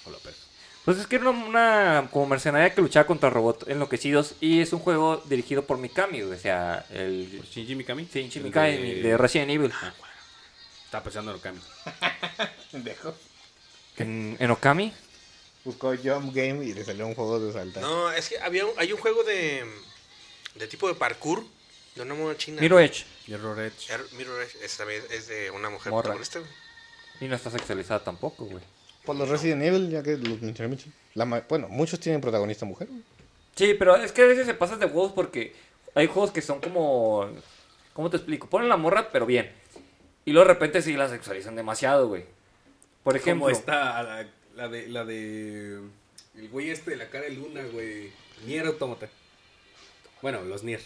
Hola, perro.
Pues es que era una, una como mercenaria que luchaba contra robots enloquecidos. Y es un juego dirigido por Mikami, güey, o sea, el.
¿Por Shinji Mikami?
Sí, Shinji Mikami de... Resident Evil.
Ah, Estaba pensando en Okami.
Dejo.
En, en Okami.
Buscó Jump Game y le salió un juego de saltar.
No, es que había un- hay un juego de. De tipo de parkour. De una moda china.
Miro Edge.
Y Error Edge.
Er- Mirror Edge, es, también es de una mujer
Morra.
protagonista, güey.
Y no está sexualizada tampoco, güey.
Por los Resident Evil, ya que los mencioné mucho. La ma- bueno, muchos tienen protagonista mujer. güey.
Sí, pero es que a veces se pasas de juegos porque hay juegos que son como. ¿Cómo te explico? Ponen la morra, pero bien. Y luego de repente sí la sexualizan demasiado, güey. Por
Como
ejemplo,
esta, la, la de, la de El güey este de la cara de luna, güey. Nier Automata. Bueno, los Nier.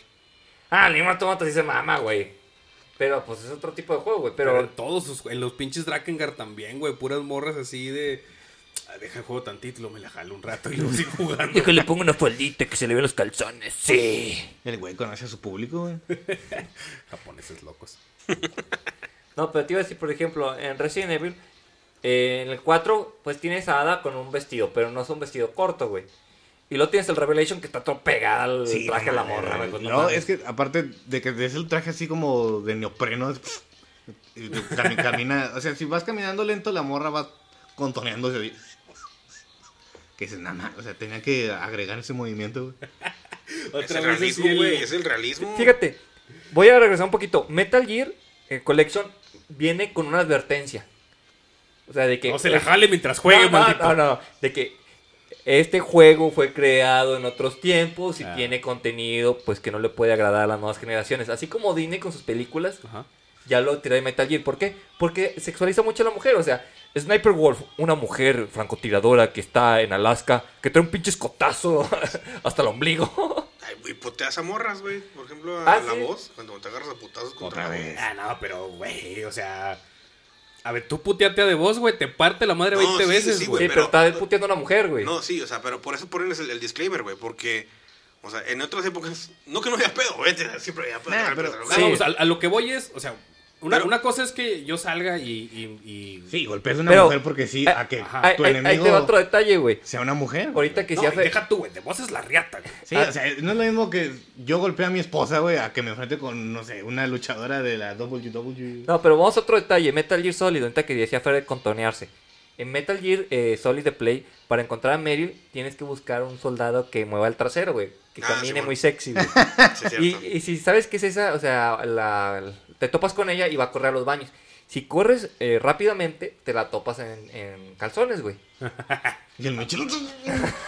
Ah, Nier Automata sí se mama, güey. Pero pues es otro tipo de juego, güey.
Pero
Pero
en todos sus, en los pinches Drakengard también, güey. Puras morras así de. "Ah, Deja el juego tantito, y luego me la jalo un rato y luego sigo jugando.
que le pongo una faldita que se le vean los calzones. Sí.
El güey conoce a su público, güey.
Japoneses locos.
No, pero te iba a decir, por ejemplo, en Resident Evil, eh, en el 4, pues tienes a Ada con un vestido, pero no es un vestido corto, güey. Y luego tienes el Revelation que está todo pegado al traje de la morra, güey.
No,
pues, mames.
es que aparte de que es el traje así como de neopreno, es- y tú cami- camina, o sea, si vas caminando lento, la morra va contoneándose. así. Que dices, nada más, o sea, tenía que agregar ese movimiento, güey.
Es el realismo,
el-
güey. Es el realismo.
Fíjate, voy a regresar un poquito. Metal Gear eh, Collection viene con una advertencia. O sea, de que...
No se la jale mientras juegue,
no, no,
maldito.
no, no, de que este juego fue creado en otros tiempos y
Ah.
tiene contenido pues que no le puede agradar a las nuevas generaciones. Así como Disney con sus películas,
Ajá.
ya lo tiré de Metal Gear. ¿Por qué? Porque sexualiza mucho a la mujer. O sea, Sniper Wolf, una mujer francotiradora que está en Alaska, que trae un pinche escotazo hasta el ombligo.
Ay, güey, puteas a morras, güey. Por ejemplo, a
Ah,
la
sí.
voz, cuando te agarras a putazos contra
Otra
la voz.
vez.
Ah, no, pero, güey, o sea. A ver, tú puteate a de vos, güey, te parte la madre
No,
20
sí,
veces,
sí, sí,
güey.
sí,
pero-
pero está puteando a una mujer, güey.
No, sí, o sea, pero por eso ponen el, el disclaimer, güey, porque, o sea, en otras épocas, no que no había pedo, vete, siempre había pedo.
Nah,
siempre
pero-
se
Ah, No,
drogaba.
Sí.
vamos, a, a lo que voy es, o sea, una,
Pero-
una cosa es que yo salga y. y- y-
Sí, golpeas a una
Pero-
mujer porque sí,
Eh,
a que
ajá.
Ahí,
tu
ahí- ahí
enemigo
te va otro detalle, güey.
sea una mujer.
Ahorita que
No,
se
y
hace...
deja tú, güey, de vos es la riata, güey.
Sí, o sea, no es lo mismo que yo golpeé a mi esposa, güey, a que me enfrente con, no sé, una luchadora de la E. WWE.
No, pero vamos a otro detalle. Metal Gear Solid, ahorita que decía Fer de contonearse. En Metal Gear eh, Solid de Play, para encontrar a Meryl, tienes que buscar un soldado que mueva el trasero, güey. Que
Ah,
camine
Simón.
muy sexy, güey.
Sí, es
Y,
cierto.
y si sabes qué es esa, o sea, la- te topas con ella y va a correr a los baños. Si corres eh, rápidamente, te la topas en, en calzones, güey.
Y el Michel,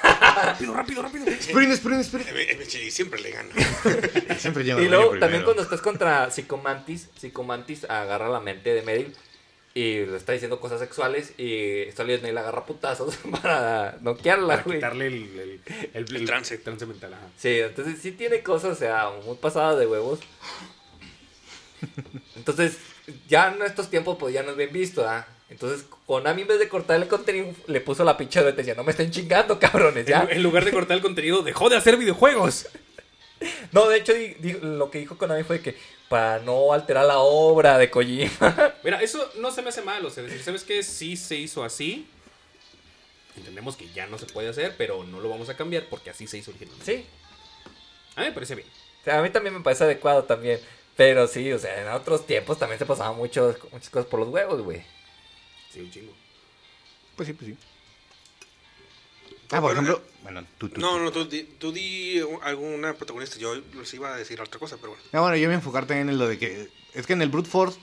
Rápido, rápido, rápido.
sprint, sprint, sprint.
Eh, eh, Micheli siempre le gana.
Siempre lleva
Y
el
luego
baño
también
primero.
cuando estás contra Psicomantis, Psicomantis agarra la mente de Meryl y le está diciendo cosas sexuales y Solid Snake la agarra a putazos para noquearla,
Para
güey.
quitarle el, el, el, el- el
trance.
mental, ajá.
Sí, entonces sí tiene cosas, o sea, muy pasadas de huevos. Entonces, ya en estos tiempos, pues ya no es bien visto, ¿ah? Entonces, Konami en vez de cortar el contenido, le puso la pinche advertencia. No me estén chingando, cabrones, ya.
En, en lugar de cortar el contenido, dejó de hacer videojuegos.
No, de hecho, di- di- lo que dijo Konami fue que para no alterar la obra de Kojima.
Mira, eso no se me hace mal, o sea, decir, ¿sabes qué? Sí se hizo así. Entendemos que ya no se puede hacer, pero no lo vamos a cambiar porque así se hizo originalmente.
Sí,
A mí me parece bien.
o sea, a mí también me parece adecuado también. Pero sí, o sea, en otros tiempos también se pasaban muchos, muchas cosas por los huevos, güey.
Sí, un chingo.
Pues sí, pues sí.
Ah, por
Ah, por ejemplo. Bueno, tú, tú.
No, no, tú, di- tú di alguna protagonista, yo les iba a decir otra cosa, pero bueno.
No, Ah, bueno, yo me voy a enfocar también en lo de que. Es que en el Brute Force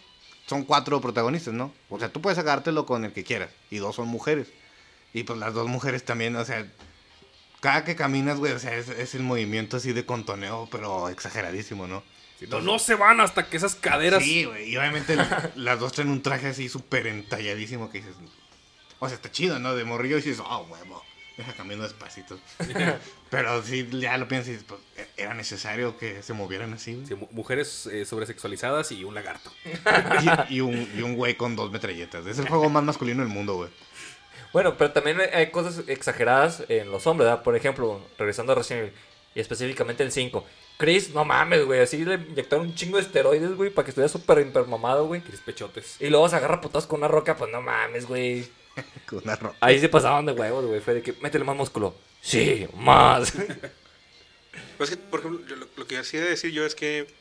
son cuatro protagonistas, ¿no? O sea, tú puedes sacártelo con el que quieras. Y dos son mujeres. Y pues las dos mujeres también, o sea. Cada que caminas, güey, o sea, es, es el movimiento así de contoneo, pero exageradísimo, ¿no?
Si no, no se van hasta que esas caderas.
Sí, güey. Y obviamente la- las dos traen un traje así súper entalladísimo que dices. O sea, está chido, ¿no? De morrillo dices, oh, huevo. Deja cambiando despacito. Pero sí, ya lo piensas y dices, pues, era necesario que se movieran así, güey.
Sí, mu- mujeres eh, sobresexualizadas y un lagarto.
Y, y un, y un güey con dos metralletas. Es el juego más masculino del mundo, güey.
Bueno, pero también hay- hay cosas exageradas en los hombres, ¿verdad? Por ejemplo, regresando a Resident Evil, y específicamente el 5. Chris, no mames, güey, así le inyectaron un chingo de esteroides, güey, para que estuviera súper hipermamado, güey.
Tres pechotes.
Y luego se agarra putas con una roca, pues no mames, güey.
Con una ropa.
Ahí se pasaban de huevos, güey. Fue de que, métele más músculo. Sí, más.
Pero es que, por ejemplo, yo lo, lo que hacía decir yo es que,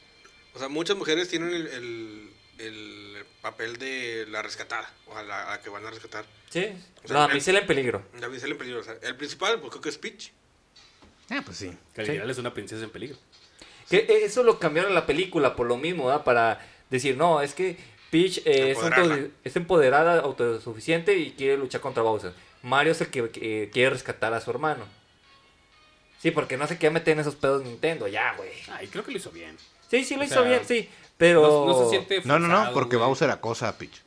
o sea, muchas mujeres tienen el, el- el papel de la rescatada, o a la, a la que van a rescatar.
sí,
O sea,
la
el-
misela en peligro.
La Vicela en peligro, o sea, el principal, pues creo que es Peach.
Ah, pues sí.
Que al
Sí.
final es una princesa en peligro.
Que eh, eso lo cambiaron en la película por lo mismo, ¿verdad? Para decir, no, es que Peach eh, es,
Empoderarla.
auto- es empoderada, autosuficiente y quiere luchar contra Bowser. Mario es el que, que eh, quiere rescatar a su hermano. Sí, porque no se queda meter en esos pedos Nintendo, ya, güey.
Ay, creo que lo hizo bien.
Sí, sí lo
O
hizo
sea,
bien, sí,
No,
pero...
no se siente.
Oh. No, no, no,
forzado,
porque
güey.
Bowser acosa a Peach.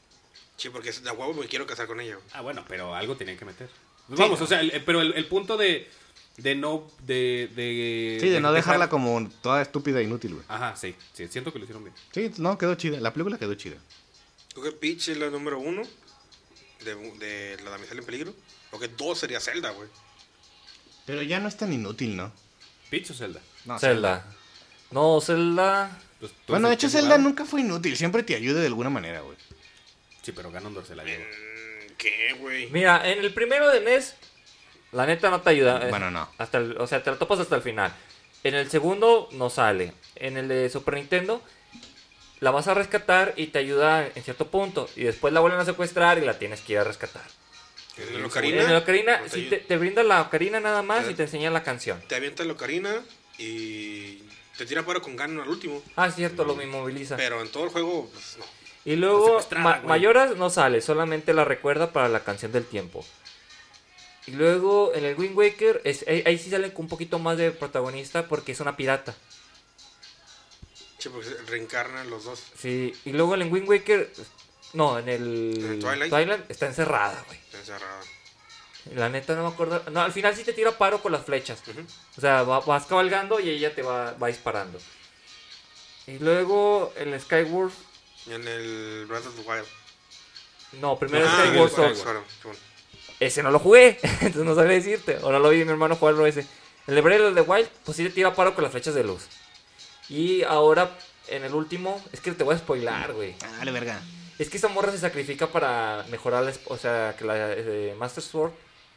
Sí, porque es de huevo me quiero casar con ella. güey.
Ah, bueno, pero algo tenían que meter.
Pues vamos, o sea, el- pero el, el punto de, de no. De, de,
Sí, de no dejarla
dejar-
como toda estúpida e inútil, güey.
Ajá, sí, sí, siento que lo hicieron bien.
Sí, no, quedó chida. La película quedó chida.
Creo que Peach es la número uno de, de la damisela en peligro. Lo que dos sería Zelda, güey.
Pero ya no es tan inútil, ¿no?
Peach o Zelda.
No,
Zelda. No, Zelda.
Pues, tú
Bueno, de
eres
hecho,
el que
Zelda
jugaba.
nunca fue inútil. Siempre te ayuda de alguna manera, güey.
Sí, pero Ganondorf
Eh.
se la llevó.
Mm, ¿Qué, güey?
Mira, en el primero de NES, la neta no te ayuda. eh,
Bueno, no.
Hasta el- o sea, te la topas hasta el final. En el segundo no sale. En el de Super Nintendo, la vas a rescatar y te ayuda en cierto punto. Y después la vuelven a secuestrar y la tienes que ir a rescatar.
En la
En la
ocarina. Pues
ocarina,
no te
sí,
ayuda.
te, te brinda la ocarina nada más
Claro.
y te enseña la canción.
Te avienta la ocarina y te tira para con Ganon al último.
Ah, cierto, lo inmoviliza.
Mm. Pero en todo el juego, pues no.
Y luego,
secuestrada,
ma-
güey.
Mayoras no sale, solamente la recuerda para la canción del tiempo. Y luego en el Wind Waker, es, ahí, ahí sí sale con un poquito más de protagonista porque es una pirata.
Che, porque se reencarnan los dos.
Sí, y luego en el Wind Waker, no, en
¿En
el
el Twilight?
está encerrada, güey.
Está encerrada.
La neta no me acuerdo. No, al final sí te tira paro con las flechas.
Ujú.
O sea, va- vas cabalgando y ella te va, va disparando. Y luego el Skyward.
Y en el Breath of the Wild.
No, primero
Ah,
Skyward
bueno,
Sword.
bueno, bueno.
Ese no lo jugué, entonces no sabría decirte. O no lo vi mi hermano jugarlo ese. El de Breath of the Wild, pues sí te tira paro con las flechas de luz. Y ahora, en el último, es que te voy a spoilar, güey.
Ah, Dale, verga.
Es que esa morra se sacrifica para mejorar, la esp- o sea, que la eh, Master Sword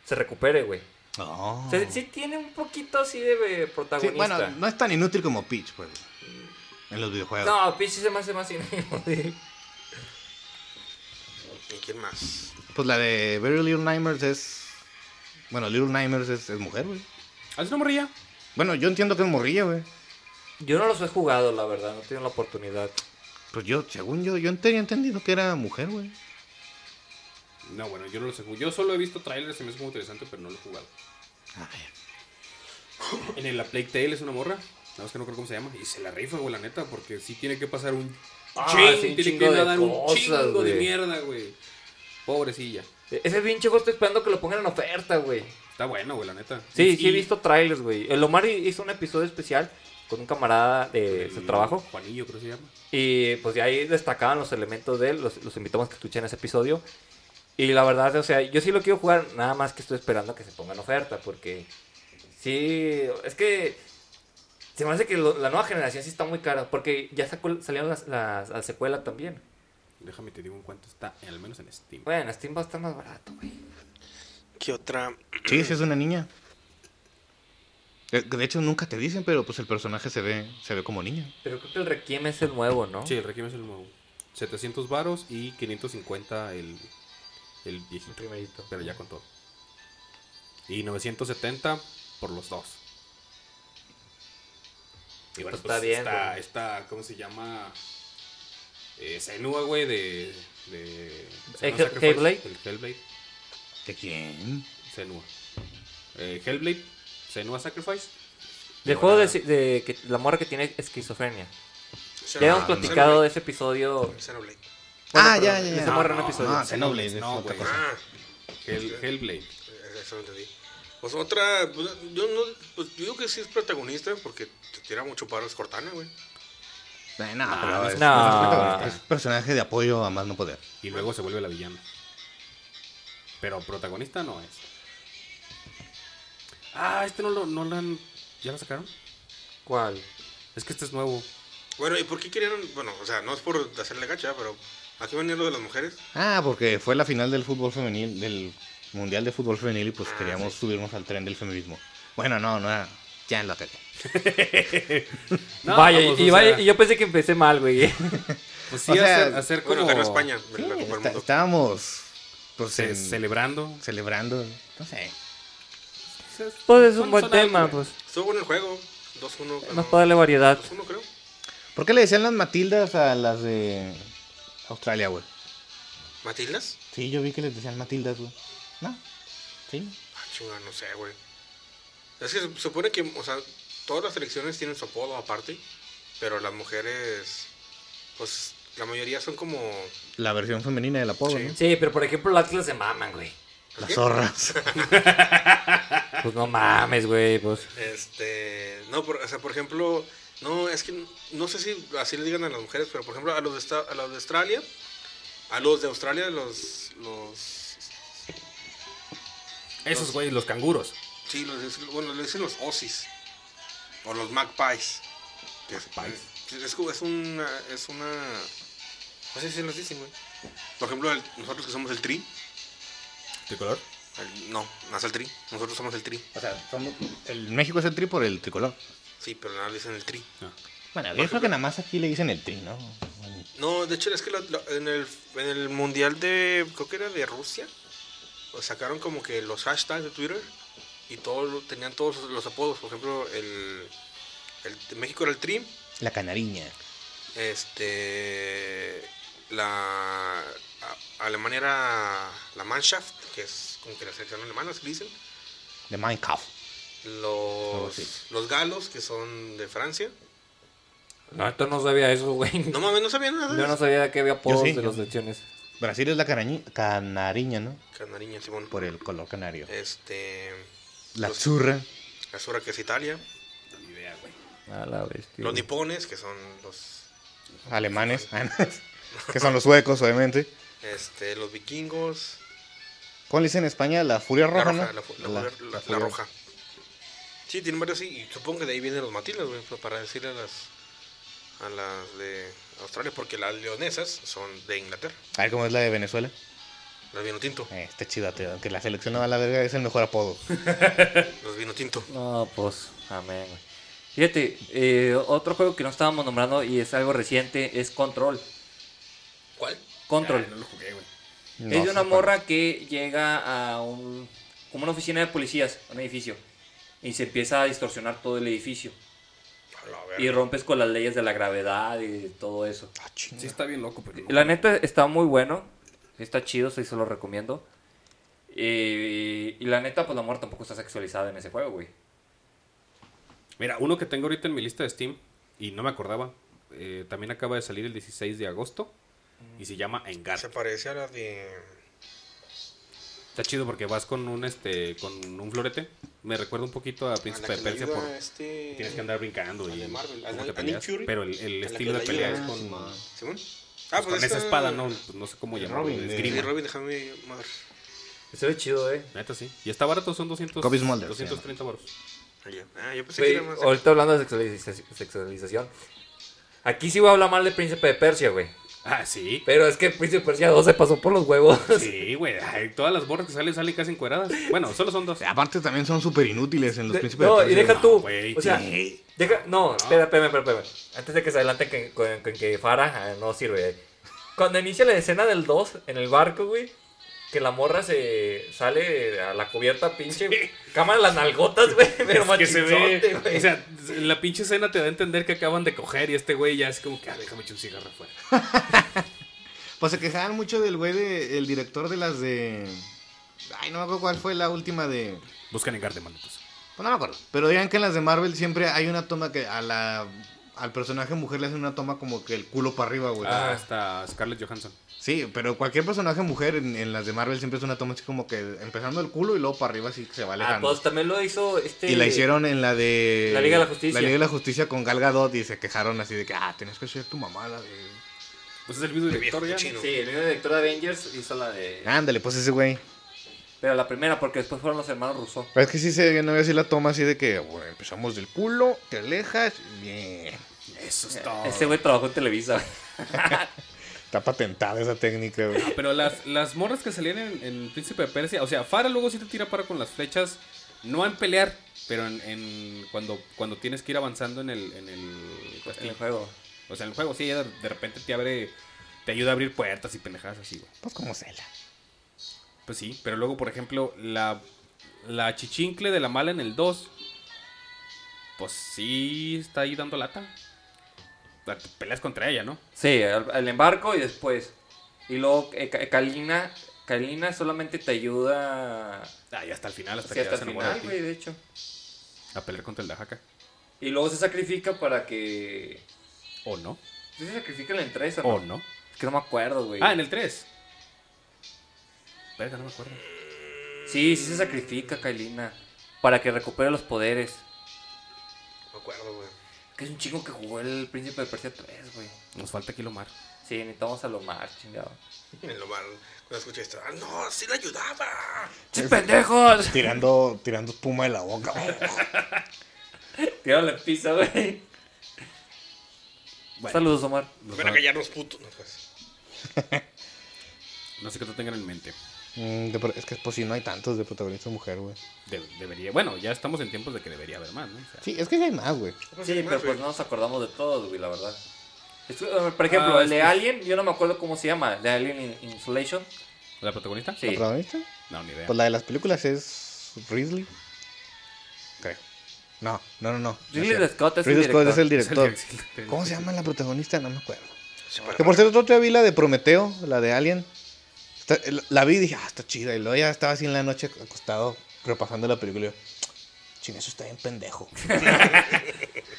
se recupere, güey.
No.
O sea, sí tiene un poquito así de eh,
Sí,
protagonista.
bueno, no es tan inútil como Peach, pues. En los videojuegos.
No, Peach sí se me hace más inútil.
¿Y quién más?
Pues la de Very Little Nightmares es. Bueno, Little Nightmares es, es mujer, güey.
¿Hace Ah, una morrilla?
Bueno, yo entiendo que es morrilla, güey.
Yo no los he jugado, la verdad, no he tenido la oportunidad.
Pues yo, según yo, yo tenía entendido que era mujer, güey.
No, bueno, yo no lo sé. Yo solo he visto trailers, se me hace muy interesante, pero no lo he jugado.
A ver.
En el la Plague Tale es una morra. Nada más que no creo cómo se llama. Y se la rifa, güey, la neta, porque sí tiene que pasar un.
Ah,
ching,
sí, un
tiene
chingo
que
de
dar un
cosas,
chingo de
güey. E-,
mierda, güey. Pobrecilla.
Ese pinche juego estoy esperando que lo pongan en oferta, güey.
Está bueno, güey, la neta.
Sí,
Y-
sí he
y-
visto trailers, güey. El Omar hizo un episodio especial con un camarada de su
el
trabajo.
Juanillo, creo que se llama.
Y pues de ahí destacaban los elementos de él. Los, los invitamos a que escuchen ese episodio. Y la verdad, o sea, yo sí lo quiero jugar, nada más que estoy esperando que se ponga en oferta. Porque sí, es que se me hace que lo- la nueva generación sí está muy cara. Porque ya sacó, salieron las, las, la secuela también.
Déjame te digo en cuánto está, al menos en Steam.
Bueno, Steam va a estar más barato, güey.
¿Qué otra?
Sí, sí es una niña. Eh, De hecho, nunca te dicen, pero pues el personaje se ve, se ve como niña.
Pero creo que el Requiem es el nuevo, ¿no?
Sí, el Requiem es el nuevo. 700 varos y 550 el, el viejito.
primerito.
Pero ya con todo. Y 970 por los dos. Y bueno,
Pues está bien,
Está,
güey.
está, ¿cómo se llama? Eh, Senua, güey, de... de
Eh,
Senua
Hel-
Sacrifice,
Hellblade.
El Hellblade.
¿De quién?
Senua. Eh, Hellblade, Senua Sacrifice.
Del
Y
juego de,
ahora-
de que, la morra que tiene esquizofrenia. Ya
Xenoblade.
hemos platicado de ese episodio.
Xenoblade.
Bueno,
ah, ya,
pero
ya,
ese
ya.
morra en
No,
un episodio.
no, Xenoblade, es
No,
otra
güey.
cosa.
Ah,
Hell- Hellblade.
eso lo entendí. Pues otra, pues, yo no, pues yo digo que sí es protagonista porque te tira mucho paro es Cortana, güey.
Eh, no, pero es,
no.
es personaje de apoyo a más no poder.
Y luego se vuelve la villana. Pero protagonista no es. Ah, este no lo, no lo han... ¿Ya lo sacaron?
¿Cuál?
Es que este es nuevo.
Bueno, ¿y por qué querían? Bueno, o sea, no es por hacerle gacha, pero aquí venía lo de las mujeres.
Ah, porque fue la final del fútbol femenil, del mundial de fútbol femenil y pues
Ah,
queríamos subirnos al tren del feminismo. Bueno, no, no, ya lo cagué.
No,
vaya,
vamos,
y,
o
vaya
sea,
y yo pensé que empecé mal, güey.
Pues sí,
o sea,
hacer, hacer como...
Bueno, ganó España,
Sí,
la Copa del
está-
Mundo.
estábamos pues
ce-
en-
celebrando.
celebrando, no sé.
Pues es un
Son-
buen
son
tema,
algo,
pues.
Estuvo bueno el juego, 2-1.
Más para darle variedad.
2-1 creo.
¿Por qué le decían las Matildas a las de Australia, güey?
¿Matildas?
Sí, yo vi que les decían Matildas, güey. ¿No? Sí.
Ah, chinga, no sé, güey. Es que se supone que, o sea, todas las selecciones tienen su apodo aparte, pero las mujeres, pues, la mayoría son como...
La versión femenina del apodo,
Sí.
¿no?
Sí, pero por ejemplo, el Atlas se maman, güey.
Las zorras.
Pues no mames, güey. Pues.
Este, no, por, o sea, por ejemplo, no, es que no sé si así le digan a las mujeres, pero por ejemplo, a los de, esta- a los de Australia, a los de Australia, los, los,
Esos güeyes, los canguros.
sí, los, bueno, le dicen los Aussies, o los Magpies. que es- Es, es como- es una, es una, no sé si los dicen, güey. Por ejemplo, el- nosotros que somos el tri,
¿Tricolor?
el- no, nace el tri, nosotros somos el tri,
O sea, somos- el México es el tri por el tricolor.
sí, pero nada, le dicen el tri.
Ah.
Bueno, yo creo que nada más aquí le dicen el tri, ¿no? Bueno,
No, de hecho es que la- la- en, el, en el mundial de, creo que era de Rusia, pues, sacaron como que los hashtags de Twitter y todos lo- tenían todos los apodos. Por ejemplo, el, el de México era el Trim,
La canariña.
este, la a- Alemania era la Mannschaft, que es como que la selección alemana, se dicen.
De Minecraft.
Oh,
Los, los galos, que son de Francia.
No, esto no sabía eso, güey.
No mames, no sabían nada. de
Yo no
eso.
sabía que había apodos
sí,
de
yo
las lecciones.
Brasil es la carañi- canariña, ¿no?
Canariña, Simón.
Por el color canario.
Este,
La
los-
zurra.
Azura, que es Italia.
Ni idea, güey.
A la bestia.
Los
güey.
nipones, que son los
Alemanes. ah, que son los suecos, obviamente.
este, los vikingos,
¿Cómo le dicen en España? La furia
la
roja,
roja,
¿no?
la, fu- la- la- la
furia-
roja. Sí, tienen varios sí, y supongo que de ahí vienen los matiles, güey, fue para decirle a las a las de Australia, porque las leonesas son de Inglaterra,
A ver cómo es la de Venezuela.
los vino tinto,
Eh, está chida, tío. Aunque la selección no va a la verga, es el mejor apodo.
los vino tinto.
No, pues, amén, güey. Fíjate, eh, otro juego que no estábamos nombrando y es algo reciente es Control.
¿Cuál?
Control.
Ah, no lo jugué, güey.
No,
es de una
sí,
morra que llega a un, como una oficina de policías, un edificio, y se empieza a distorsionar todo el edificio.
A la
Y
verga.
rompes con las leyes de la gravedad y todo eso.
Ah, chinga.
Sí, está bien loco, pero. no.
La neta está muy bueno, está chido, sí se lo recomiendo. Eh, y la neta, pues la morra tampoco está sexualizada en ese juego, güey.
Mira, uno que tengo ahorita en mi lista de Steam y no me acordaba. eh, también acaba de salir el 16 de agosto y se llama Engar.
Se parece a la de
Está chido porque vas con un este con un florete. Me recuerda un poquito a
a Ah, la
Príncipe
que
de
le
Persia
ayuda
por
este
tienes que andar brincando
a
y
la de Marvel, a
cómo
la-
te
a Nick
peleas,
Fury,
pero el, el
a la
estilo
que
de
le ayuda.
pelea es con, pues
Simón. Ah,
con esa
esta-
espada, no, pues no sé cómo llamarlo,
Robin,
es
de-
Sí,
grima.
Robin, déjame madre.
Se ve chido, eh.
Neta sí. Y está barato, son 200
Cobie Smulders,
230 baros.
Ah, ya. Ah, yo pensé que
Güey,
era más.
ahorita hablando de sexualiza- sexualización. Aquí sí voy a hablar mal de Príncipe de Persia, güey.
Ah, sí.
Pero es que Príncipe de Persia 2 se pasó por los huevos.
Sí, güey. ay, Todas las borras que salen salen casi encueradas. Bueno, solo son
Ah,
dos.
Aparte también son súper inútiles en los
De-
príncipes
no,
de
y
Persia.
deja tú.
güey,
o sea, deja, no, espera, espera, espera, espera. Antes de que se adelante que- con, con que Farah ah, no sirve. Cuando inicia la escena del 2 en el barco, güey, que la morra se sale a la cubierta, pinche. Cámara las nalgotas, güey. Pero
Es que se
machinzote,
ve.
güey.
O sea, en la pinche escena te da a entender que acaban de coger y este güey ya es como que, ah, déjame echar un cigarro afuera.
Pues se quejaban mucho del güey, de, el director de las de... Ay, no me acuerdo cuál fue la última de...
Buscan en Gardeman, entonces.
Pues no me acuerdo. Pero digan que en las de Marvel siempre hay una toma que a la... Al personaje mujer le hacen una toma como que el culo para arriba, güey.
Ah, hasta Scarlett Johansson.
Sí, pero cualquier personaje mujer en, en las de Marvel siempre es una toma así como que empezando el culo y luego para arriba así que se va
Ah,
alejando.
pues también lo hizo este.
Y la hicieron en la de...
La Liga de la Justicia.
La Liga de la Justicia con Gal Gadot y se quejaron así de que, ah, tenías que ser tu mamada, güey.
Pues es el mismo director
viejo
ya.
cochino.
Sí, el mismo director de Avengers hizo la de.
Ah.
Ándale, pues ese güey.
Pero la primera, porque después fueron los hermanos Rousseau.
Pero es que sí se no veo así la toma así de que, bueno, empezamos del culo, te alejas, bien.
Eso es todo.
Ese güey trabajó en Televisa. güey.
Está patentada esa técnica, güey.
Pero las, las morras que salían en, en Príncipe de Persia, o sea, Farah luego sí te tira para con las flechas, no en pelear, pero en, en cuando, cuando tienes que ir avanzando en el, en el,
Pues en el juego.
O sea, en el juego, sí, ella de repente te abre, te ayuda a abrir puertas y pendejadas así, güey.
Pues como Zelda.
Pues sí, pero luego, por ejemplo, la, la chichincle de la mala en el 2, pues sí está ahí dando lata. O sea, te Peleas contra ella, ¿no?
Sí, al, al embarco y después. Y luego eh, Ka- Kalina. Kalina solamente te ayuda
Ah, y hasta el final, hasta
sí,
que
hasta
ya
el
se enamora
final,
de ti.
güey, de hecho.
A pelear contra el Dahaka.
Y luego se sacrifica para que.
¿O no?
Sí, se sacrifica en la empresa, ¿no?
¿O no?
Es que no me acuerdo, güey.
Ah, en el 3. Verga, no me acuerdo.
Sí, sí se sacrifica Kailina para que recupere los poderes.
Me acuerdo, güey.
Que es un chingo que jugó el Príncipe de Persia 3, güey.
Nos falta Kilomar.
Sí, necesitamos a Lomar, chingado.
En lo mal. Cuando escuché esto, ¡ah, no! ¡Sí la ayudaba!
¡Sí, pendejos!
Tirando, tirando espuma de la boca.
Tiraron la pizza, güey. Saludos, Omar.
Ven a callarnos, puto. No, pues.
No sé qué te tengan en mente.
Mm, de pro- es que pues si no hay tantos de protagonista mujer, güey.
De- debería, bueno, ya estamos en tiempos de que debería haber más, ¿no? O sea,
Sí, es que sí hay más, güey.
Sí, pero pues no nos acordamos de todos, güey, la verdad. Estu- eh, Por ejemplo,
Ah,
el de
es que-
Alien, yo no me acuerdo cómo se llama. El de Alien In- Insulation.
¿La protagonista?
¿La
Sí.
protagonista?
No, ni idea.
Pues la de las películas es Ridley. Creo. No, no, no, no.
Ridley
No es cierto.
Scott es el
Ridley Scott es el
Es el
director.
que-
¿Cómo se llama la protagonista? No me acuerdo.
Sí, para-
Que por cierto, otra vi la de Prometeo, la de Alien. Está- la vi y dije, ah, está chida. Y luego ya estaba así en la noche acostado, repasando la película. y yo, Chin, eso está bien pendejo.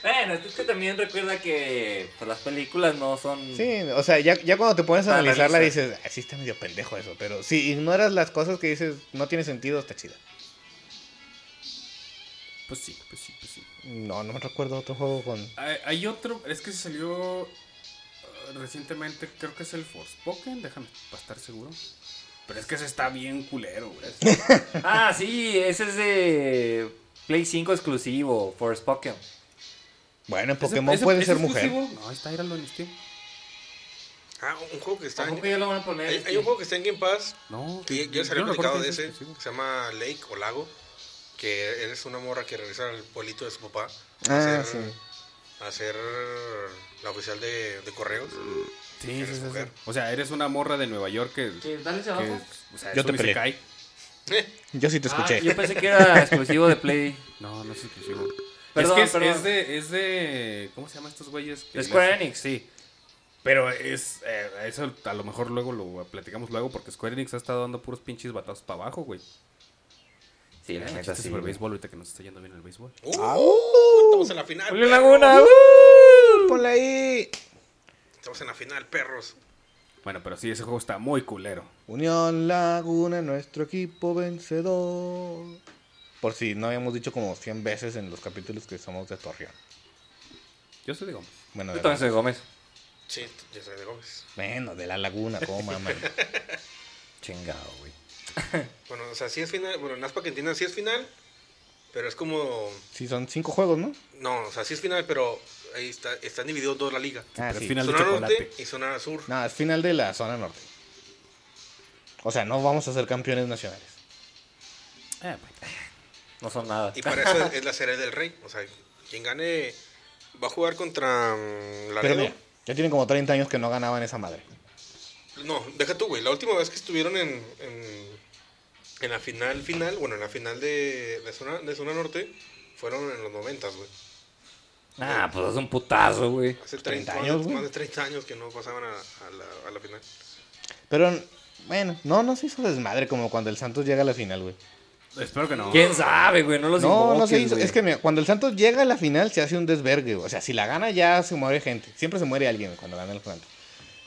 Bueno, es que también recuerda que pues, las películas no son.
Sí, o sea, ya, ya cuando te pones a
Ah,
analizarla
analiza.
dices, ah, sí está medio pendejo eso. Pero si ignoras las cosas que dices, no tiene sentido, está chida.
Pues sí, pues sí, pues sí.
No, no me recuerdo otro juego con...
Hay, hay otro, es que se salió eh, recientemente, creo que es el Forspoken, déjame para estar seguro. Pero es que ese está bien culero, güey.
Ah, sí, ese es de Play 5 exclusivo, Forspoken.
Bueno, en Pokémon puede ser mujer.
mujer. No, ahí está, íralo en Steam.
Ah, un juego que está en...
Tampoco ya lo van a poner.
Hay, hay un juego que está en Game Pass.
No,
Que ya- ya salió
no
platicado
recuerdo que
de
es
ese.
exclusivo.
que se llama Lake o Lago. Que eres una morra que regresa al pueblito de su papá.
Ah, sí.
a ser la oficial de, de correos.
Sí, sí, sí, sí.
mujer.
O sea, eres una morra de Nueva York que.
Sí, dale hacia
que-
abajo.
o sea,
Yo
es
te
un
peleé.
isekai.
Yo sí te escuché.
Ah, yo pensé que era exclusivo de Play.
No, no es exclusivo.
Perdón,
es que
perdón.
es, es de, es de. ¿Cómo se llaman estos güeyes? que
De Square
le-
Enix.
Sí. Pero es. eh, eso a lo mejor luego lo platicamos luego porque Square Enix ha estado dando puros pinches batazos para abajo, güey.
Sí, la
Ah,
neta
chistes
sí.
sobre el
güey.
béisbol, ahorita que nos está yendo bien el béisbol.
¡Uh!
Ah,
Estamos en la final.
Julio
perros.
Laguna, ¡uh!
Ponle ahí.
Estamos en la final, perros.
Bueno, pero sí, ese juego está muy culero.
Unión Laguna, nuestro equipo vencedor. Por si no habíamos dicho como 100 veces en los capítulos que somos de Torreón.
Yo se digo.
Bueno,
Yo
de
también
la,
soy Gómez.
Sí, yo soy de Gómez.
bueno, de la laguna, cómo maman.
Chingado, güey.
Bueno, o sea, sí es final. Bueno, Naspa que entiendan, sí es final. Pero es como.
Sí, son cinco juegos, ¿no?
No, o sea, sí es final, pero ahí está, están divididos dos la liga.
Ah,
Pero
sí.
final de
Zona norte
chocolate.
y zona sur.
No, es final de la zona norte. O sea, no vamos a ser campeones nacionales.
Ah, bueno.
No son nada.
Y para eso es, es la serie del rey. O sea, quien gane va a jugar contra mm,
Pero
Laredo.
mira, ya tienen como 30 años que no ganaban esa madre.
No, deja tú, güey. La última vez que estuvieron en, en, en la final final, bueno, en la final de, de, zona, de zona norte, fueron en los noventas, güey.
Ah, pues es un putazo, güey.
Hace
30
30,
años,
años,
güey.
más de 30 años que no pasaban a, a la, a la final.
Pero, bueno, no, no se hizo desmadre como cuando el Santos llega a la final, güey.
Espero que no.
¿Quién sabe, güey? No los
No, no se
invoques,
hizo.
güey.
Es que mira, cuando el Santos llega a la final se hace un desvergue. güey. O sea, si la gana ya se muere gente. Siempre se muere alguien cuando gana el Santos.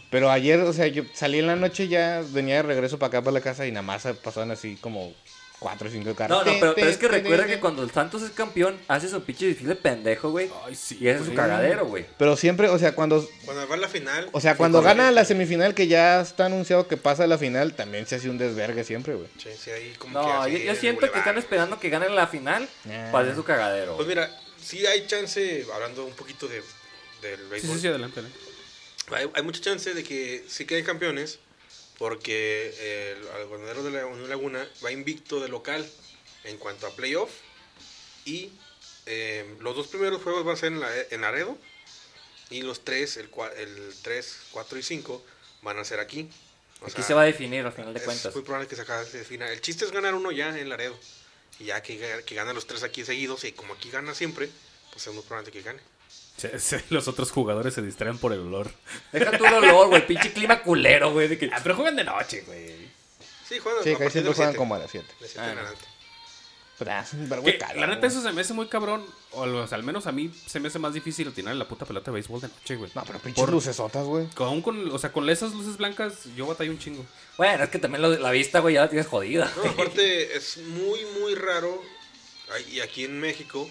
Pero ayer, o sea, yo salí en la noche ya venía de regreso para acá, para la casa y nada más pasaban así como cuatro o cinco carros.
No, no, pero, pero es que recuerda que cuando el Santos es campeón, hace su pinche desfile pendejo, güey.
Ay, sí,
Y ese es su
güey.
cagadero, güey.
Pero siempre, o sea, cuando
Cuando va a la final.
o sea,
fue
cuando
con-
gana la semifinal que ya está anunciado que pasa a la final, también se hace un desvergue siempre, güey.
Sí, sí, ahí como que
No,
así
yo, yo
el
siento que están
bulevar.
esperando que ganen la final
Ah.
para hacer su cagadero.
Pues
güey.
mira, sí hay chance, hablando un poquito de, del
Sí,
béisbol.
sí, sí, adelante. adelante.
Hay, hay mucha chance de que sí queden campeones porque eh, el algodonero de la Unión Laguna va invicto de local en cuanto a playoff y eh, los dos primeros juegos van a ser en, la, en Laredo y los tres, el, cua- el 3, 4 y 5 van a ser aquí. O
Aquí
sea,
se va a definir al final de cuentas.
es muy probable que se acabe de final. El chiste es ganar uno ya en Laredo y ya que, ga- que gana los tres aquí seguidos y como aquí gana siempre, pues es muy probable que gane.
Se- se- los otros jugadores se distraen por el olor.
Deja tu dolor, güey. Pinche clima culero, güey. de que-
Ah, pero juegan de noche, güey.
Sí, juegan
Sí,
a
que
partir
ahí
de
siempre
los
juegan
siete.
como a las 7.
De siete en
Ah, no.
adelante.
Se me hace un verbo
Que,
de cara,
la neta,
güey.
eso se me hace muy cabrón. O al, o sea, al menos a mí se me hace más difícil atinar en la puta pelota de béisbol de noche, güey.
No, pero pinches lucesotas, güey.
Aún con, o sea, con esas luces blancas, yo batallo un chingo.
Bueno, es que también lo- la vista, güey, ya la tienes jodida.
No, aparte es muy, muy raro. ay, Y aquí en México,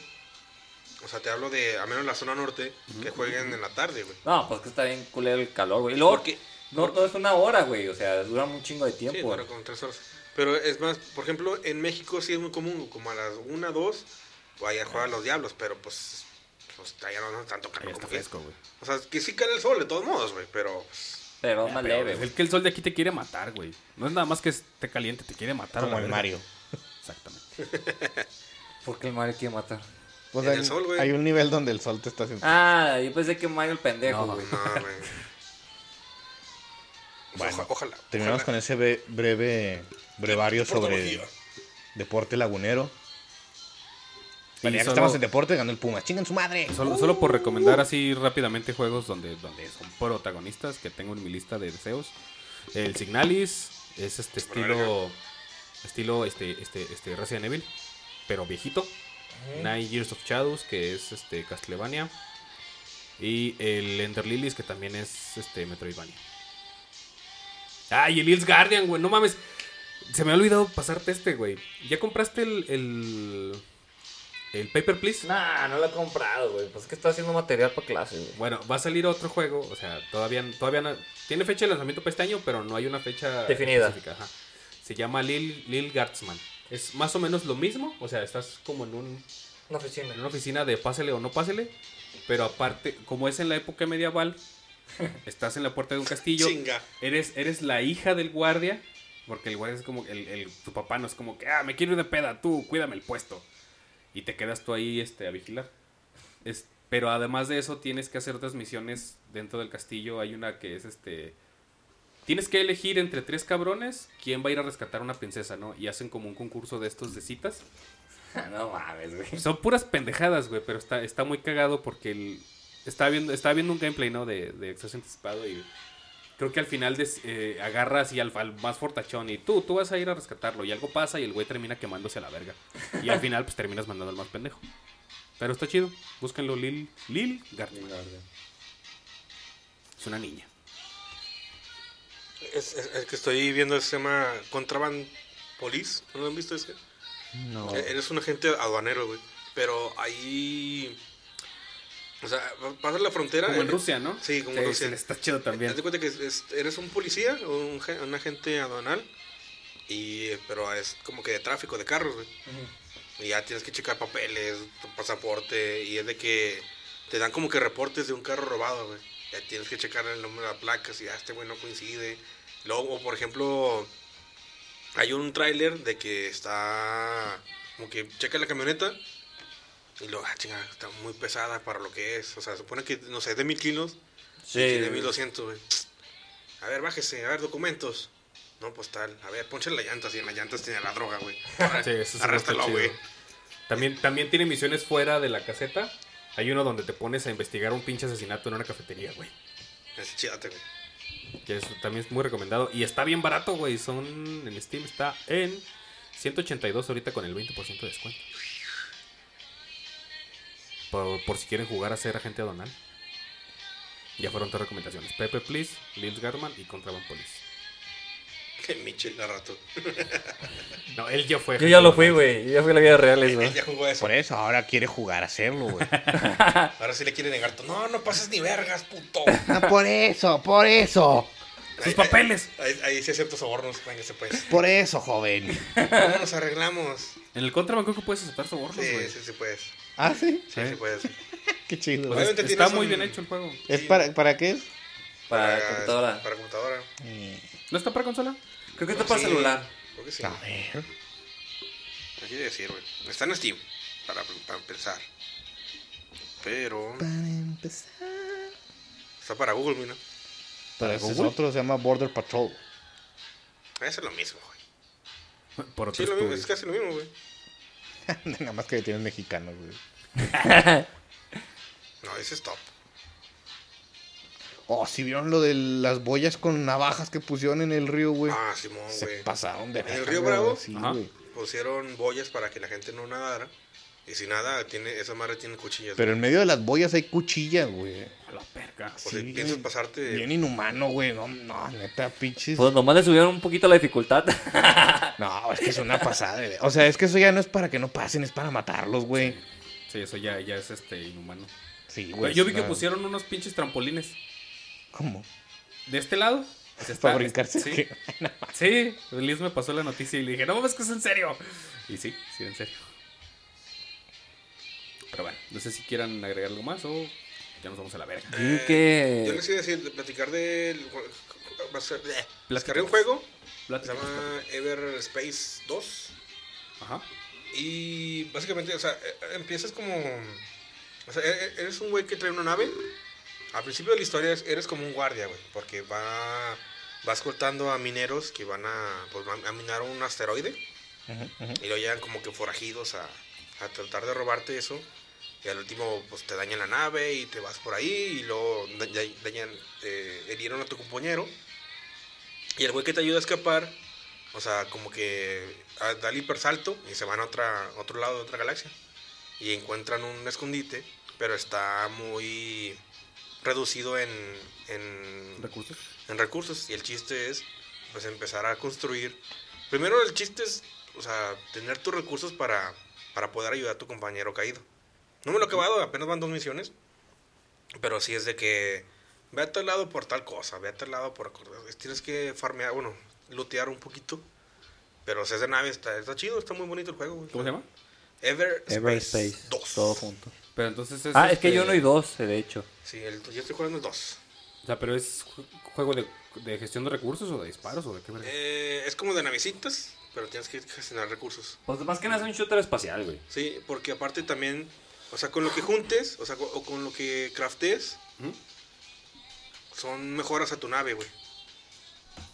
o sea, te hablo de, al menos en la zona norte, que jueguen en la tarde, güey.
No, pues que está bien culero el calor, güey. Y luego,
Porque-
no todo es una hora, güey. O sea, dura un chingo de tiempo.
Sí, dura
güey.
como tres horas. Pero es más, por ejemplo, en México sí es muy común, como a las 1, 2, vaya a jugar a los diablos, pero pues, pues allá no, no tanto calor. como que-
güey.
O sea, que sí cae el sol, de todos modos, güey, pero pues,
Pero es más leve,
Es
güey.
que el sol de aquí te quiere matar, güey. No es nada más que esté caliente, te quiere matar.
Como
la
el
verga.
Mario.
Exactamente.
¿Por qué el Mario quiere matar?
Pues
En
hay,
el sol, güey.
hay un nivel donde el sol te está haciendo.
Ah, yo pensé que Mario el pendejo,
No,
güey.
no, güey. O sea, oja- ojalá.
Terminamos
ojalá.
con ese be- breve brevario sobre
Portología.
deporte lagunero.
Y
Bueno, ya que
solo-
estamos en deporte, ganó el Pumas. ¡Chingan su madre!
Solo, solo por recomendar así rápidamente juegos donde, donde son protagonistas que tengo en mi lista de deseos. El Signalis es este estilo estilo este este este Resident Evil, pero viejito. Nine Years of Shadows que es este Castlevania y el Ender Lilies que también es este Metroidvania. Ay, el Hills Guardian, güey, no mames. Se me ha olvidado pasarte este, güey. ¿Ya compraste el el, el Paper Please?
Nah, no lo he comprado, güey. Pues es que está haciendo material para clase, güey.
Bueno, va a salir otro juego, o sea, todavía, todavía no- tiene fecha de lanzamiento para este año, pero no hay una fecha
Definida.
específica, ajá. Se llama Lil, Lil Guardsman. Es más o menos lo mismo, o sea, estás como en, un,
Una oficina.
en una oficina de pásele o no pásele, pero aparte, como es en la época medieval, estás en la puerta de un castillo,
Chinga.
eres, eres la hija del guardia, porque el guardia es como, el, el, tu papá no es como que, ah, me quiero ir de peda, tú, cuídame el puesto. Y te quedas tú ahí este, a vigilar. Es- pero además de eso, tienes que hacer otras misiones dentro del castillo. Hay una que es este. Tienes que elegir entre tres cabrones quién va a ir a rescatar a una princesa, ¿no? Y hacen como un concurso de estos de citas.
Ah, no mames, güey.
pues, Son puras pendejadas, güey, pero está, está muy cagado porque el, estaba, viendo, estaba viendo un gameplay, ¿no? De, de acceso anticipado y creo que al final des- eh, agarra así al, al más fortachón y tú, tú vas a ir a rescatarlo y algo pasa y el güey termina quemándose a la verga. Y al final pues terminas mandando al más pendejo. Pero está chido, búsquenlo Lil, Lil Gartman. Es una niña.
Es, es- es que estoy viendo ese tema Contraband Police. ¿No lo han visto ese?
No.
E- Eres un agente aduanero, güey. Pero ahí. O sea, va- pasas la frontera.
Como en
eh,
Rusia, ¿no?
Sí, como en Rusia.
Está chido también.
Haz de cuenta que es- es- eres un policía o un, ge- un agente aduanal, y, eh, pero es como que de tráfico de carros, güey. Y ya tienes que checar papeles, tu pasaporte, y es de que te dan como que reportes de un carro robado, güey. Ya tienes que checar el número de la placa, si ah, este güey no coincide. Luego, por ejemplo, hay un tráiler de que está como que checa la camioneta y lo, ah, chinga, está muy pesada para lo que es. O sea, supone que, no sé, es de mil kilos.
Sí.
Tiene 1200, güey. A ver, bájese, a ver, documentos. No, pues tal. A ver, ponche la llanta, si en las llantas tiene la droga, güey.
Sí, eso sí
Arréstalo,
está chido.
güey.
También, también tiene misiones fuera de la caseta. Hay uno donde te pones a investigar un pinche asesinato en una cafetería, güey.
Es chidate, güey.
Que es, también es muy recomendado. Y está bien barato, güey. Son en Steam, está en 182 ahorita con el 20% de descuento. Por, por si quieren jugar a ser agente aduanal. Ya fueron tres recomendaciones. Pepe Please, Lils Garman y Contraband Police.
Que Michel la rato.
No, él ya fue.
Yo ya lo fui,
agente
güey. Yo ya fui a la vida real,
Él
güey.
ya jugó eso.
Por eso ahora quiere jugar a hacerlo, güey.
Ahora sí le quiere negar todo. No, no pases ni vergas, puto.
Ah, por eso, por eso.
aduanal. ¡Sus eh, papeles!
Ahí, ahí sí acepto sobornos. Véngase, pues.
Por eso, joven.
¿Cómo nos arreglamos?
En el Contraband creo que puedes aceptar sobornos, güey.
Sí, sí, sí, puedes.
¿Ah, sí?
Sí, sí, puedes.
Qué chido.
O sea,
güey.
Obviamente
está
tienes
muy
un-
bien hecho el juego.
¿Es para, ¿Para qué es?
Para la computadora.
Para computadora.
¿No está para consola?
Creo que está para
Sí,
celular.
Creo que sí.
Mm, A ver.
Hay que decir, güey. Está en Steam. Para, para empezar. Pero.
Para empezar.
Está para Google, mira.
Para ese es otro se llama Border Patrol.
Eso es lo mismo, güey.
Por otro
Sí, lo mismo,
estudio.
es casi lo mismo, güey.
Nada más que tienen mexicanos, güey.
No, ese es top.
Oh, si vieron lo de las boyas con navajas que pusieron en el río, güey.
Ah, Simón,
Se
güey.
pasaron de
¿En el
verga,
Río
güey.
Bravo?
Sí,
Ajá.
güey.
pusieron boyas para que la gente no nadara. Y si nada, tiene, esa madre tiene cuchillas.
Pero en medio de las boyas hay cuchillas, güey.
A la perca.
güey. o sea,
sí,
piensas
güey.
pasarte.
Bien inhumano, güey. No, no, neta, pinches.
Pues nomás le subieron un poquito la dificultad.
No, es que es una pasada, güey. O sea, es que eso ya no es para que no pasen, es para matarlos, güey.
Sí, eso ya, ya es este inhumano. Pues
Sí,
Pero
güey.
yo
es
vi que
una-
pusieron unos pinches trampolines.
¿Cómo?
De este lado. se está-
¿Para brincarse?
Sí. sí. Liz me pasó la noticia y le dije, no mames, que es en serio. Y sí, sí, en serio. Pero bueno, no sé si quieran agregar algo más o ya nos vamos a la verga.
Y
Eh, Yo
que.
les iba a decir, de platicar de. eh, Descargué un juego. Se
Plática.
llama Everspace 2.
Ajá.
Y básicamente, o sea, eh, eh, empiezas como. O sea, e- e- eres un güey que trae una nave. Al principio de la historia es- eres como un guardia, güey. Porque va, va escoltando a mineros que van a, pues, van a minar un asteroide. Y lo llevan como que forajidos a, a tratar de robarte eso. Y al último, pues te dañan la nave y te vas por ahí. Y luego da- da- dañan, eh, herieron a tu compañero. Y el güey que te ayuda a escapar, o sea, como que ah, da el hipersalto y se van a otra, otro lado de otra galaxia. Y encuentran un escondite, pero está muy reducido en, en,
Recursos.
en recursos. Y el chiste es, pues, empezar a construir. Primero el chiste es, o sea, tener tus recursos para, para poder ayudar a tu compañero caído. No me lo he acabado, apenas van dos misiones. Pero sí es de que ve a tal lado por tal cosa, ve a tal lado por... Tienes que farmear, bueno, lootear un poquito. Pero si es de nave, está, está chido, está muy bonito el juego. güey.
¿Cómo se llama?
Ever Space 2.
Todo junto.
Pero entonces es.
Ah, es que
este,
yo no hay dos, de hecho.
Sí, el, yo estoy jugando el 2.
O sea, pero es ju- juego de, de gestión de recursos o de disparos o de qué verga?
Eh, es como de navecitas, pero tienes que gestionar recursos.
Pues más que nada es un shooter espacial, güey.
Sí, porque aparte también, o sea, con lo que juntes, o sea, co- o con lo que craftes, son mejoras a tu nave, güey.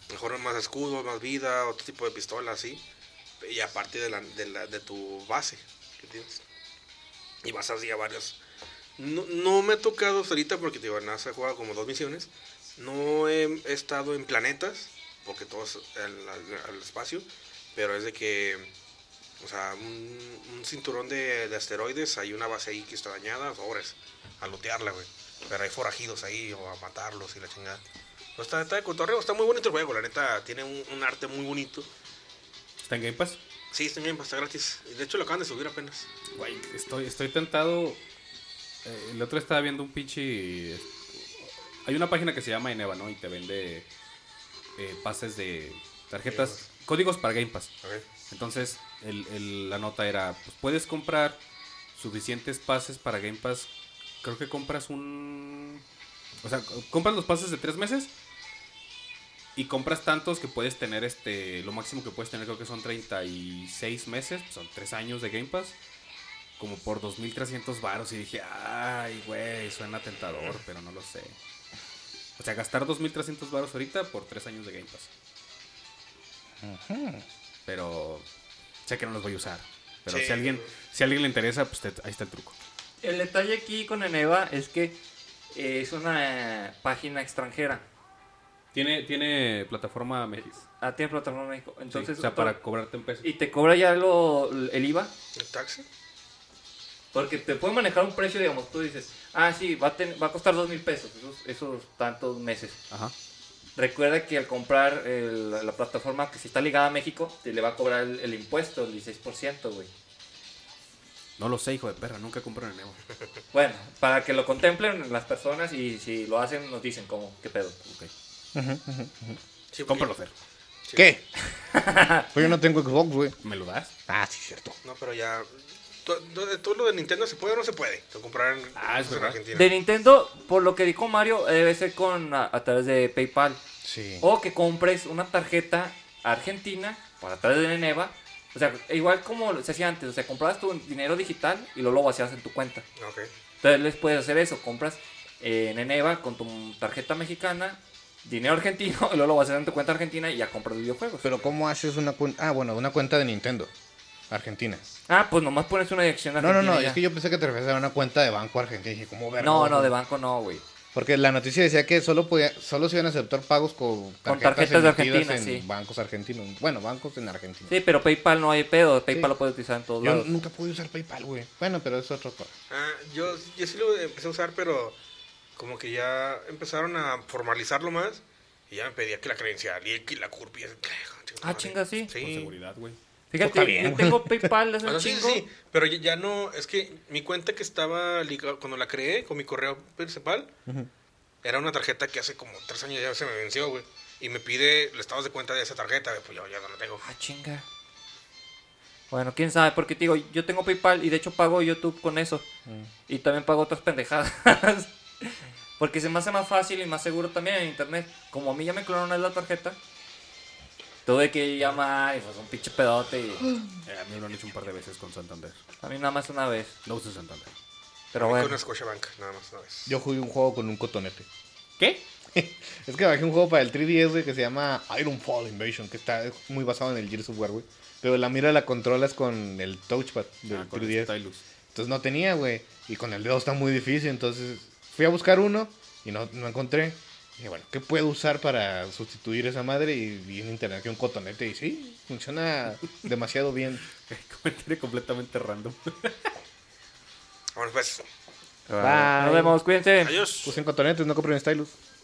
Mejoran más escudos, más vida, otro tipo de pistola, así. Y aparte de, la, de, la- de tu base que tienes. Y vas así a varios. No, no me ha tocado hasta ahorita porque, te digo, nada, se ha jugado como dos misiones. No he, he estado en planetas, porque todos al, al- al espacio. Pero es de que o sea, un, un cinturón de, de asteroides, hay una base ahí que está dañada, sobres, a lootearla, güey. Pero hay forajidos ahí, o a matarlos y la chingada. No, está, está de cotorreo, está muy bonito el juego, la neta, tiene un, un arte muy bonito.
¿Está en Game Pass?
Sí, está bien, está gratis. De hecho, lo acaban de subir apenas.
Güey, estoy, estoy tentado. eh, el otro estaba viendo un pinche. eh, Hay una página que se llama Eneva, ¿no? Y te vende eh, pases de tarjetas, códigos para Game Pass.
A ver.
Entonces, el- el- la nota era: pues, puedes comprar suficientes pases para Game Pass. Creo que compras un. O sea, co- compras los pases de tres meses. Y compras tantos que puedes tener este. Lo máximo que puedes tener creo que son 36 meses. Son tres años de Game Pass. Como por 2.300 varos. Y dije, ay, güey, suena tentador, pero no lo sé. O sea, gastar 2.300 varos ahorita por tres años de Game Pass. Pero sé que no los voy a usar. Pero
Sí.
si alguien si a alguien le interesa, pues te- ahí está el truco.
El detalle aquí con Eneva es que eh, es una eh, página extranjera.
Tiene, tiene plataforma México.
Ah, tiene plataforma en México. Entonces,
o sea, para cobrarte en pesos.
y te cobra ya lo, el IVA.
¿El taxi?
Porque te pueden manejar un precio, digamos, tú dices, ah, sí, va a, ten- va a costar dos mil pesos esos, esos tantos meses.
Ajá.
Recuerda que al comprar el- la plataforma que si está ligada a México, te le va a cobrar el, el impuesto, el 16%, güey.
No lo sé, hijo de perra, nunca compro en Evo.
Bueno, para que lo contemplen las personas y si lo hacen, nos dicen cómo, qué pedo.
Sí,
Cómpralo,
porque-
Fer.
sí,
¿Qué? Pues yo no tengo Xbox, güey.
¿Me lo das?
Ah, sí, cierto.
No, pero ya. to- to- Todo lo de Nintendo se puede o no se puede. Lo compraron
Ah, es
en
verdad.
Argentina.
De Nintendo, por lo que dijo Mario, debe ser con a, a través de PayPal.
Sí.
O que compres una tarjeta argentina para través de Neva. O sea, igual como se hacía antes, o sea, comprabas tu dinero digital y luego lo vacías en tu cuenta.
Ok.
Entonces les puedes hacer eso, compras eh, en Eneva con tu tarjeta mexicana, dinero argentino, y luego lo vas a hacer en tu cuenta argentina y ya compras videojuegos.
Pero ¿cómo haces una cuenta? Ah, bueno, una cuenta de Nintendo. Argentina.
ah, pues nomás pones una dirección
No,
argentina.
no, no,
y ya.
es que yo pensé que te referías a una cuenta de banco argentino. Dije, ¿cómo ver?
No, no, de banco no, güey.
Porque la noticia decía que solo podía, solo se iban a aceptar pagos con
Con
tarjetas,
tarjetas de
emitidas
Argentina,
en
sí.
bancos argentinos. Bueno, bancos en Argentina.
Sí, pues, pero PayPal no hay pedo. PayPal
Sí.
lo puedes utilizar en todos
Yo
lados.
nunca pude usar PayPal, güey. Bueno, pero es otra cosa.
Ah, yo, yo sí lo empecé a usar, pero como que ya empezaron a formalizarlo más. Y ya me pedía que la credencial y que la curva. y ese-
Ah, chinga, sí.
Sí.
Con seguridad, güey.
Fíjate, yo tengo PayPal desde
O
un
sea, sí,
chingo.
sí, pero ya, ya no, es que mi cuenta que estaba ligada, cuando la creé con mi correo principal, era una tarjeta que hace como tres años ya se me venció, güey. Y me pide los estados de cuenta de esa tarjeta, güey, pues yo ya no la tengo.
Ah, chinga. Bueno, quién sabe, porque te digo, yo tengo PayPal y de hecho pago YouTube con eso. Y también pago otras pendejadas. porque se me hace más fácil y más seguro también en internet. Como a mí ya me clonaron la tarjeta, tuve que llamar y pues un pinche pedote. Y
Eh, a mí me lo han hecho un par de veces con Santander.
a mí nada más una vez.
No uso Santander.
Pero
Con
bueno,
una Scotiabank, nada más, una vez.
Yo jugué un juego con un cotonete.
¿Qué?
Es que bajé un juego para el 3DS, güey, que se llama Ironfall Invasion, que está muy basado en el Gears of War, güey. Pero la mira la controlas con el touchpad del
Ah, con
3DS.
Stylus.
Entonces no tenía, güey. Y con el dedo está muy difícil. Entonces fui a buscar uno y no, no encontré. Dije, bueno, ¿qué puedo usar para sustituir esa madre? Y vi en internet que un cotonete. Y sí, funciona demasiado bien.
Comentario completamente random.
Bueno, pues,
nos vemos, cuídense.
adiós.
Usen cotonetes, no compren stylus.